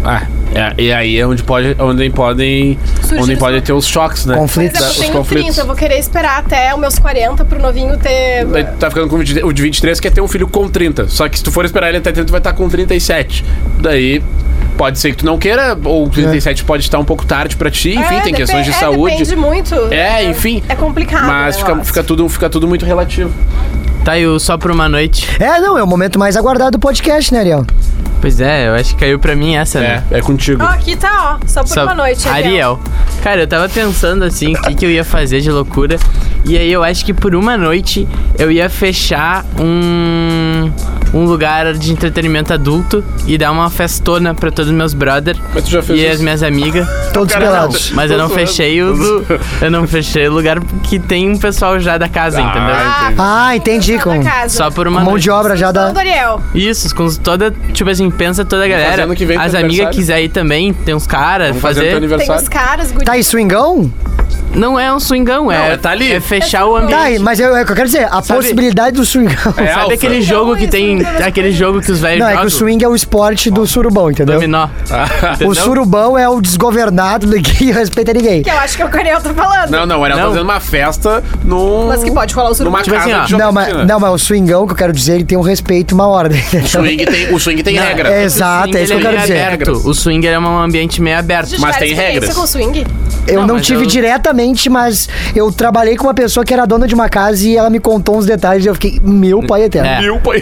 Speaker 1: Ah, é, e aí é onde pode, onde podem,
Speaker 3: Surgir
Speaker 1: onde
Speaker 3: os-
Speaker 1: podem ter os choques, né?
Speaker 3: Por
Speaker 4: Conflitos.
Speaker 3: exemplo,
Speaker 1: Os
Speaker 3: eu tenho
Speaker 1: conflitos.
Speaker 3: 30, eu vou querer esperar até os meus 40 pro novinho ter.
Speaker 1: Daí tu tá ficando com 23 o de 23 quer ter um filho com 30. Só que se tu for esperar ele até 30, tu vai estar com 37. Daí pode ser que tu não queira,
Speaker 2: É.
Speaker 1: ou 37 pode estar um pouco tarde pra ti, enfim, tem
Speaker 3: É,
Speaker 1: questões de
Speaker 3: depen- é,
Speaker 1: saúde.
Speaker 3: Depende muito.
Speaker 1: É, enfim.
Speaker 3: É complicado.
Speaker 1: Mas
Speaker 3: né, eu
Speaker 1: fica,
Speaker 3: acho.
Speaker 1: fica, tudo, fica tudo muito relativo.
Speaker 2: Tá aí o só por uma noite.
Speaker 4: É, não, é o momento mais aguardado do podcast, né, Ariel?
Speaker 2: Pois é, eu acho que caiu pra mim essa, né?
Speaker 1: É, é contigo.
Speaker 3: Ó, aqui tá, ó. Só por
Speaker 2: Só-
Speaker 3: uma noite.
Speaker 2: Ariel. Cara, eu tava pensando assim, o que, que eu ia fazer de loucura. E aí eu acho que por uma noite eu ia fechar um um lugar de entretenimento adulto e dar uma festona pra todos meus brother
Speaker 1: Mas tu já fez
Speaker 2: e as
Speaker 1: isso.
Speaker 2: minhas amigas.
Speaker 4: Todos
Speaker 1: Cara,
Speaker 4: pelados.
Speaker 2: Mas eu
Speaker 1: Tô
Speaker 2: não
Speaker 1: zoando.
Speaker 2: fechei o do- eu não fechei o lugar que tem um pessoal já da casa,
Speaker 1: Ah,
Speaker 2: entendeu?
Speaker 3: Ah,
Speaker 4: Ah, entendi.
Speaker 3: Tá
Speaker 4: Com
Speaker 3: na casa.
Speaker 2: Só por uma
Speaker 4: mão
Speaker 2: noite.
Speaker 4: de obra já
Speaker 1: Tá.
Speaker 3: Então,
Speaker 4: da.
Speaker 3: Doriel.
Speaker 2: Isso, com toda, tipo assim, pensa toda a
Speaker 1: fazer
Speaker 2: galera.
Speaker 1: ano que vem teu
Speaker 2: As amigas
Speaker 1: aniversário.
Speaker 2: quiser ir também, tem uns caras
Speaker 1: Vamos fazer, o teu
Speaker 2: fazer.
Speaker 3: Tem
Speaker 1: aniversário.
Speaker 3: os caras, guri.
Speaker 4: Tá aí, swingão?
Speaker 2: Não é um swingão, é,
Speaker 1: é tá ali.
Speaker 2: é fechar o
Speaker 4: Tá,
Speaker 2: ambiente.
Speaker 4: aí, mas eu, é o que eu quero dizer, a
Speaker 2: Sabe-
Speaker 4: possibilidade do swingão.
Speaker 1: É
Speaker 2: Sabe
Speaker 1: alfa.
Speaker 2: aquele jogo que tem. Aquele jogo que os velhos
Speaker 4: é um Não, é que
Speaker 2: jogam?
Speaker 4: o swing é o esporte do surubão, entendeu?
Speaker 2: Dominó.
Speaker 4: O
Speaker 1: Ah,
Speaker 2: Entendeu?
Speaker 4: surubão é o desgovernado que respeita ninguém.
Speaker 3: Que eu acho que é o que o Ariel tá falando.
Speaker 1: Não, não, era
Speaker 2: Não.
Speaker 1: fazendo uma festa num.
Speaker 3: Mas que pode rolar o surubão.
Speaker 1: Numa
Speaker 2: Tipo assim,
Speaker 1: casa
Speaker 2: ó.
Speaker 1: de né? jogo
Speaker 4: Não
Speaker 1: de
Speaker 4: mas,
Speaker 1: piscina.
Speaker 4: não, mas o swingão que eu quero dizer, ele tem um respeito e uma ordem.
Speaker 1: O swing tem, o swing tem
Speaker 2: Não,
Speaker 1: regra.
Speaker 4: É,
Speaker 2: O
Speaker 4: Exato,
Speaker 2: swing,
Speaker 4: é isso que eu
Speaker 2: ele
Speaker 4: quero
Speaker 2: meio
Speaker 4: dizer.
Speaker 2: aberto. O swing é um ambiente meio aberto.
Speaker 3: Vocês
Speaker 1: Mas
Speaker 3: tiveram
Speaker 1: tem
Speaker 3: experiência
Speaker 1: regras.
Speaker 3: com swing?
Speaker 4: Eu
Speaker 2: Não,
Speaker 4: não,
Speaker 2: mas
Speaker 4: tive
Speaker 2: eu-
Speaker 4: diretamente, mas eu trabalhei com uma pessoa que era dona de uma casa e ela me contou uns detalhes e eu fiquei, meu pai eterno.
Speaker 2: É.
Speaker 1: Mil pai.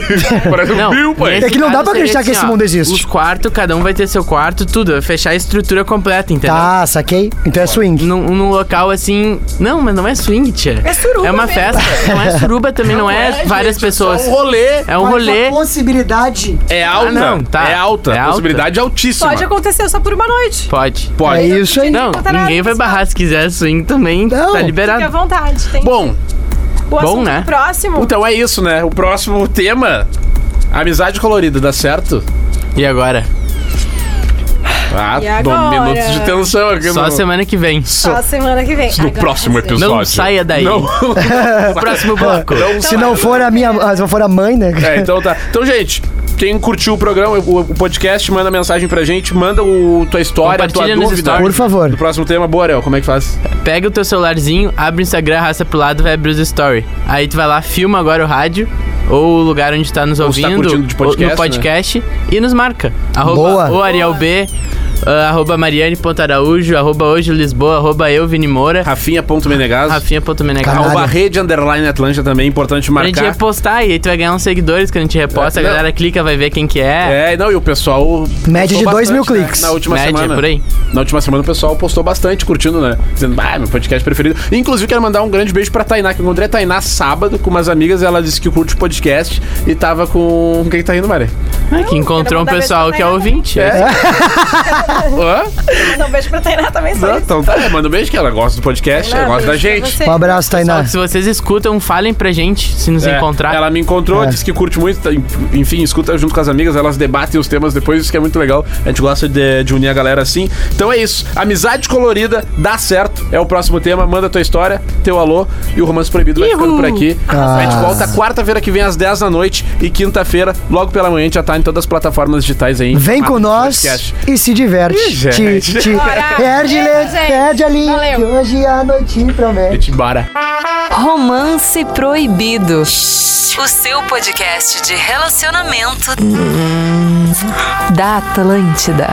Speaker 1: Parece um mil pai.
Speaker 2: nesse
Speaker 4: É que não dá
Speaker 2: caso
Speaker 4: pra
Speaker 2: seria assim,
Speaker 4: acreditar que esse mundo existe.
Speaker 2: Os quartos, cada um vai ter seu quarto, tudo. é Fechar a estrutura completa, entendeu?
Speaker 4: Tá, saquei? Então é swing.
Speaker 2: Num, num local assim. Não, mas não é swing, tia.
Speaker 3: É suruba
Speaker 2: É uma
Speaker 3: mesmo.
Speaker 2: festa. Não é suruba também, não, é,
Speaker 1: gente,
Speaker 2: várias pessoas.
Speaker 1: É um rolê.
Speaker 2: É um rolê.
Speaker 4: possibilidade.
Speaker 1: É alta.
Speaker 2: Ah, não, tá.
Speaker 1: É alta.
Speaker 2: É alta.
Speaker 1: Possibilidade altíssima.
Speaker 3: Pode acontecer só por uma noite.
Speaker 2: Pode.
Speaker 4: É
Speaker 1: Pode.
Speaker 4: isso aí.
Speaker 2: Não,
Speaker 3: Conta nada,
Speaker 2: ninguém vai
Speaker 3: pessoal.
Speaker 2: barrar se quiser swing também.
Speaker 4: Não.
Speaker 2: Tá
Speaker 3: Fique à
Speaker 2: liberado.
Speaker 3: vontade. Tem
Speaker 1: Bom,
Speaker 3: o assunto
Speaker 2: né?
Speaker 3: próximo.
Speaker 1: então é isso, né? O próximo tema. Amizade colorida, dá certo?
Speaker 2: E agora?
Speaker 1: Ah,
Speaker 3: E agora?
Speaker 1: bom, minutos de tensão aqui
Speaker 2: Só
Speaker 1: no...
Speaker 2: semana que vem.
Speaker 3: Só a semana que vem.
Speaker 1: No
Speaker 3: Agora
Speaker 1: próximo
Speaker 3: vai ser.
Speaker 1: episódio.
Speaker 2: Não saia daí.
Speaker 1: Não.
Speaker 2: Próximo bloco.
Speaker 4: Se
Speaker 2: é um
Speaker 4: não for a minha. ah, Se não for a mãe, né?
Speaker 1: É, então tá. Então, gente, quem curtiu o programa, o, o podcast, manda mensagem pra gente, manda o tua história, tua
Speaker 2: Compartilha nos
Speaker 1: dúvida.
Speaker 2: stories.
Speaker 4: Por favor.
Speaker 1: Do próximo tema, boa, Ariel, como é que faz?
Speaker 2: Pega o teu celularzinho, abre o Instagram, arrasta pro lado, vai abrir os story. Aí tu vai lá, filma agora o rádio ou o lugar onde tá nos
Speaker 1: Ou se tá
Speaker 2: ouvindo,
Speaker 1: curtindo de
Speaker 2: ou
Speaker 1: podcast,
Speaker 2: no podcast e nos marca. Arroba
Speaker 4: Boa.
Speaker 2: o Ariel B, ah, arroba Mariane Ponto Araújo, arroba hoje Lisboa, arroba eu Vini Moura,
Speaker 1: Rafinha.menegas.
Speaker 2: Rafinha.menegal.
Speaker 4: Caralho.
Speaker 1: Arroba rede underline Atlântica também, importante
Speaker 2: Pra gente
Speaker 1: marcar.
Speaker 2: repostar e aí tu vai ganhar uns seguidores que a gente reposta,
Speaker 1: É,
Speaker 2: a
Speaker 1: não.
Speaker 2: galera clica, vai ver quem que é.
Speaker 1: É, não, e o pessoal.
Speaker 4: Média
Speaker 1: postou
Speaker 4: de dois
Speaker 1: bastante,
Speaker 4: mil
Speaker 1: né?
Speaker 4: cliques.
Speaker 1: Na última
Speaker 2: Média,
Speaker 1: semana.
Speaker 2: por aí.
Speaker 1: Na última semana o pessoal postou bastante, curtindo, né? Dizendo, ah, meu podcast preferido. Inclusive, quero mandar um grande beijo pra Tainá, que eu encontrei a Tainá sábado com umas amigas. Ela disse que curte o podcast e tava com. Quem que tá rindo, Mari?
Speaker 2: Ah, que encontrou um
Speaker 3: mandar
Speaker 2: pessoal
Speaker 3: beijo
Speaker 2: que é
Speaker 3: pra
Speaker 2: ouvinte.
Speaker 1: É. Hã?
Speaker 3: Mandar um beijo pra Tainá também, só
Speaker 1: Não,
Speaker 3: isso.
Speaker 1: Então tá, manda um beijo que ela gosta do podcast, ela
Speaker 3: Não,
Speaker 1: gosta da
Speaker 3: beijo pra
Speaker 1: gente.
Speaker 3: você.
Speaker 4: Um abraço,
Speaker 2: Pessoal,
Speaker 4: Tainá.
Speaker 2: se vocês escutam, falem pra gente se nos
Speaker 1: É,
Speaker 2: encontrar.
Speaker 1: Ela me encontrou,
Speaker 4: É.
Speaker 1: disse que curte muito, tá, enfim, escuta junto com as amigas, elas debatem os temas depois, isso que é muito legal. A gente gosta de, de unir a galera assim. Então é isso. Amizade colorida, dá certo. É o próximo tema. Manda tua história, teu alô e o romance proibido vai ficando por aqui. A gente
Speaker 4: Ah.
Speaker 1: volta quarta-feira que vem às 10 da noite e quinta-feira, logo pela manhã, a gente já tá em todas as plataformas digitais aí.
Speaker 4: Vem com
Speaker 1: Ah,
Speaker 4: nós
Speaker 1: podcast.
Speaker 4: e se
Speaker 1: Ih,
Speaker 4: diverte. Ti,
Speaker 1: gente.
Speaker 4: ti.
Speaker 3: Bora.
Speaker 4: Perde,
Speaker 3: Beijo, gente.
Speaker 4: perde ali.
Speaker 3: Valeu.
Speaker 4: Que hoje a noite promete.
Speaker 1: Gente, bora.
Speaker 5: Romance Proibido. O seu podcast de relacionamento da Atlântida.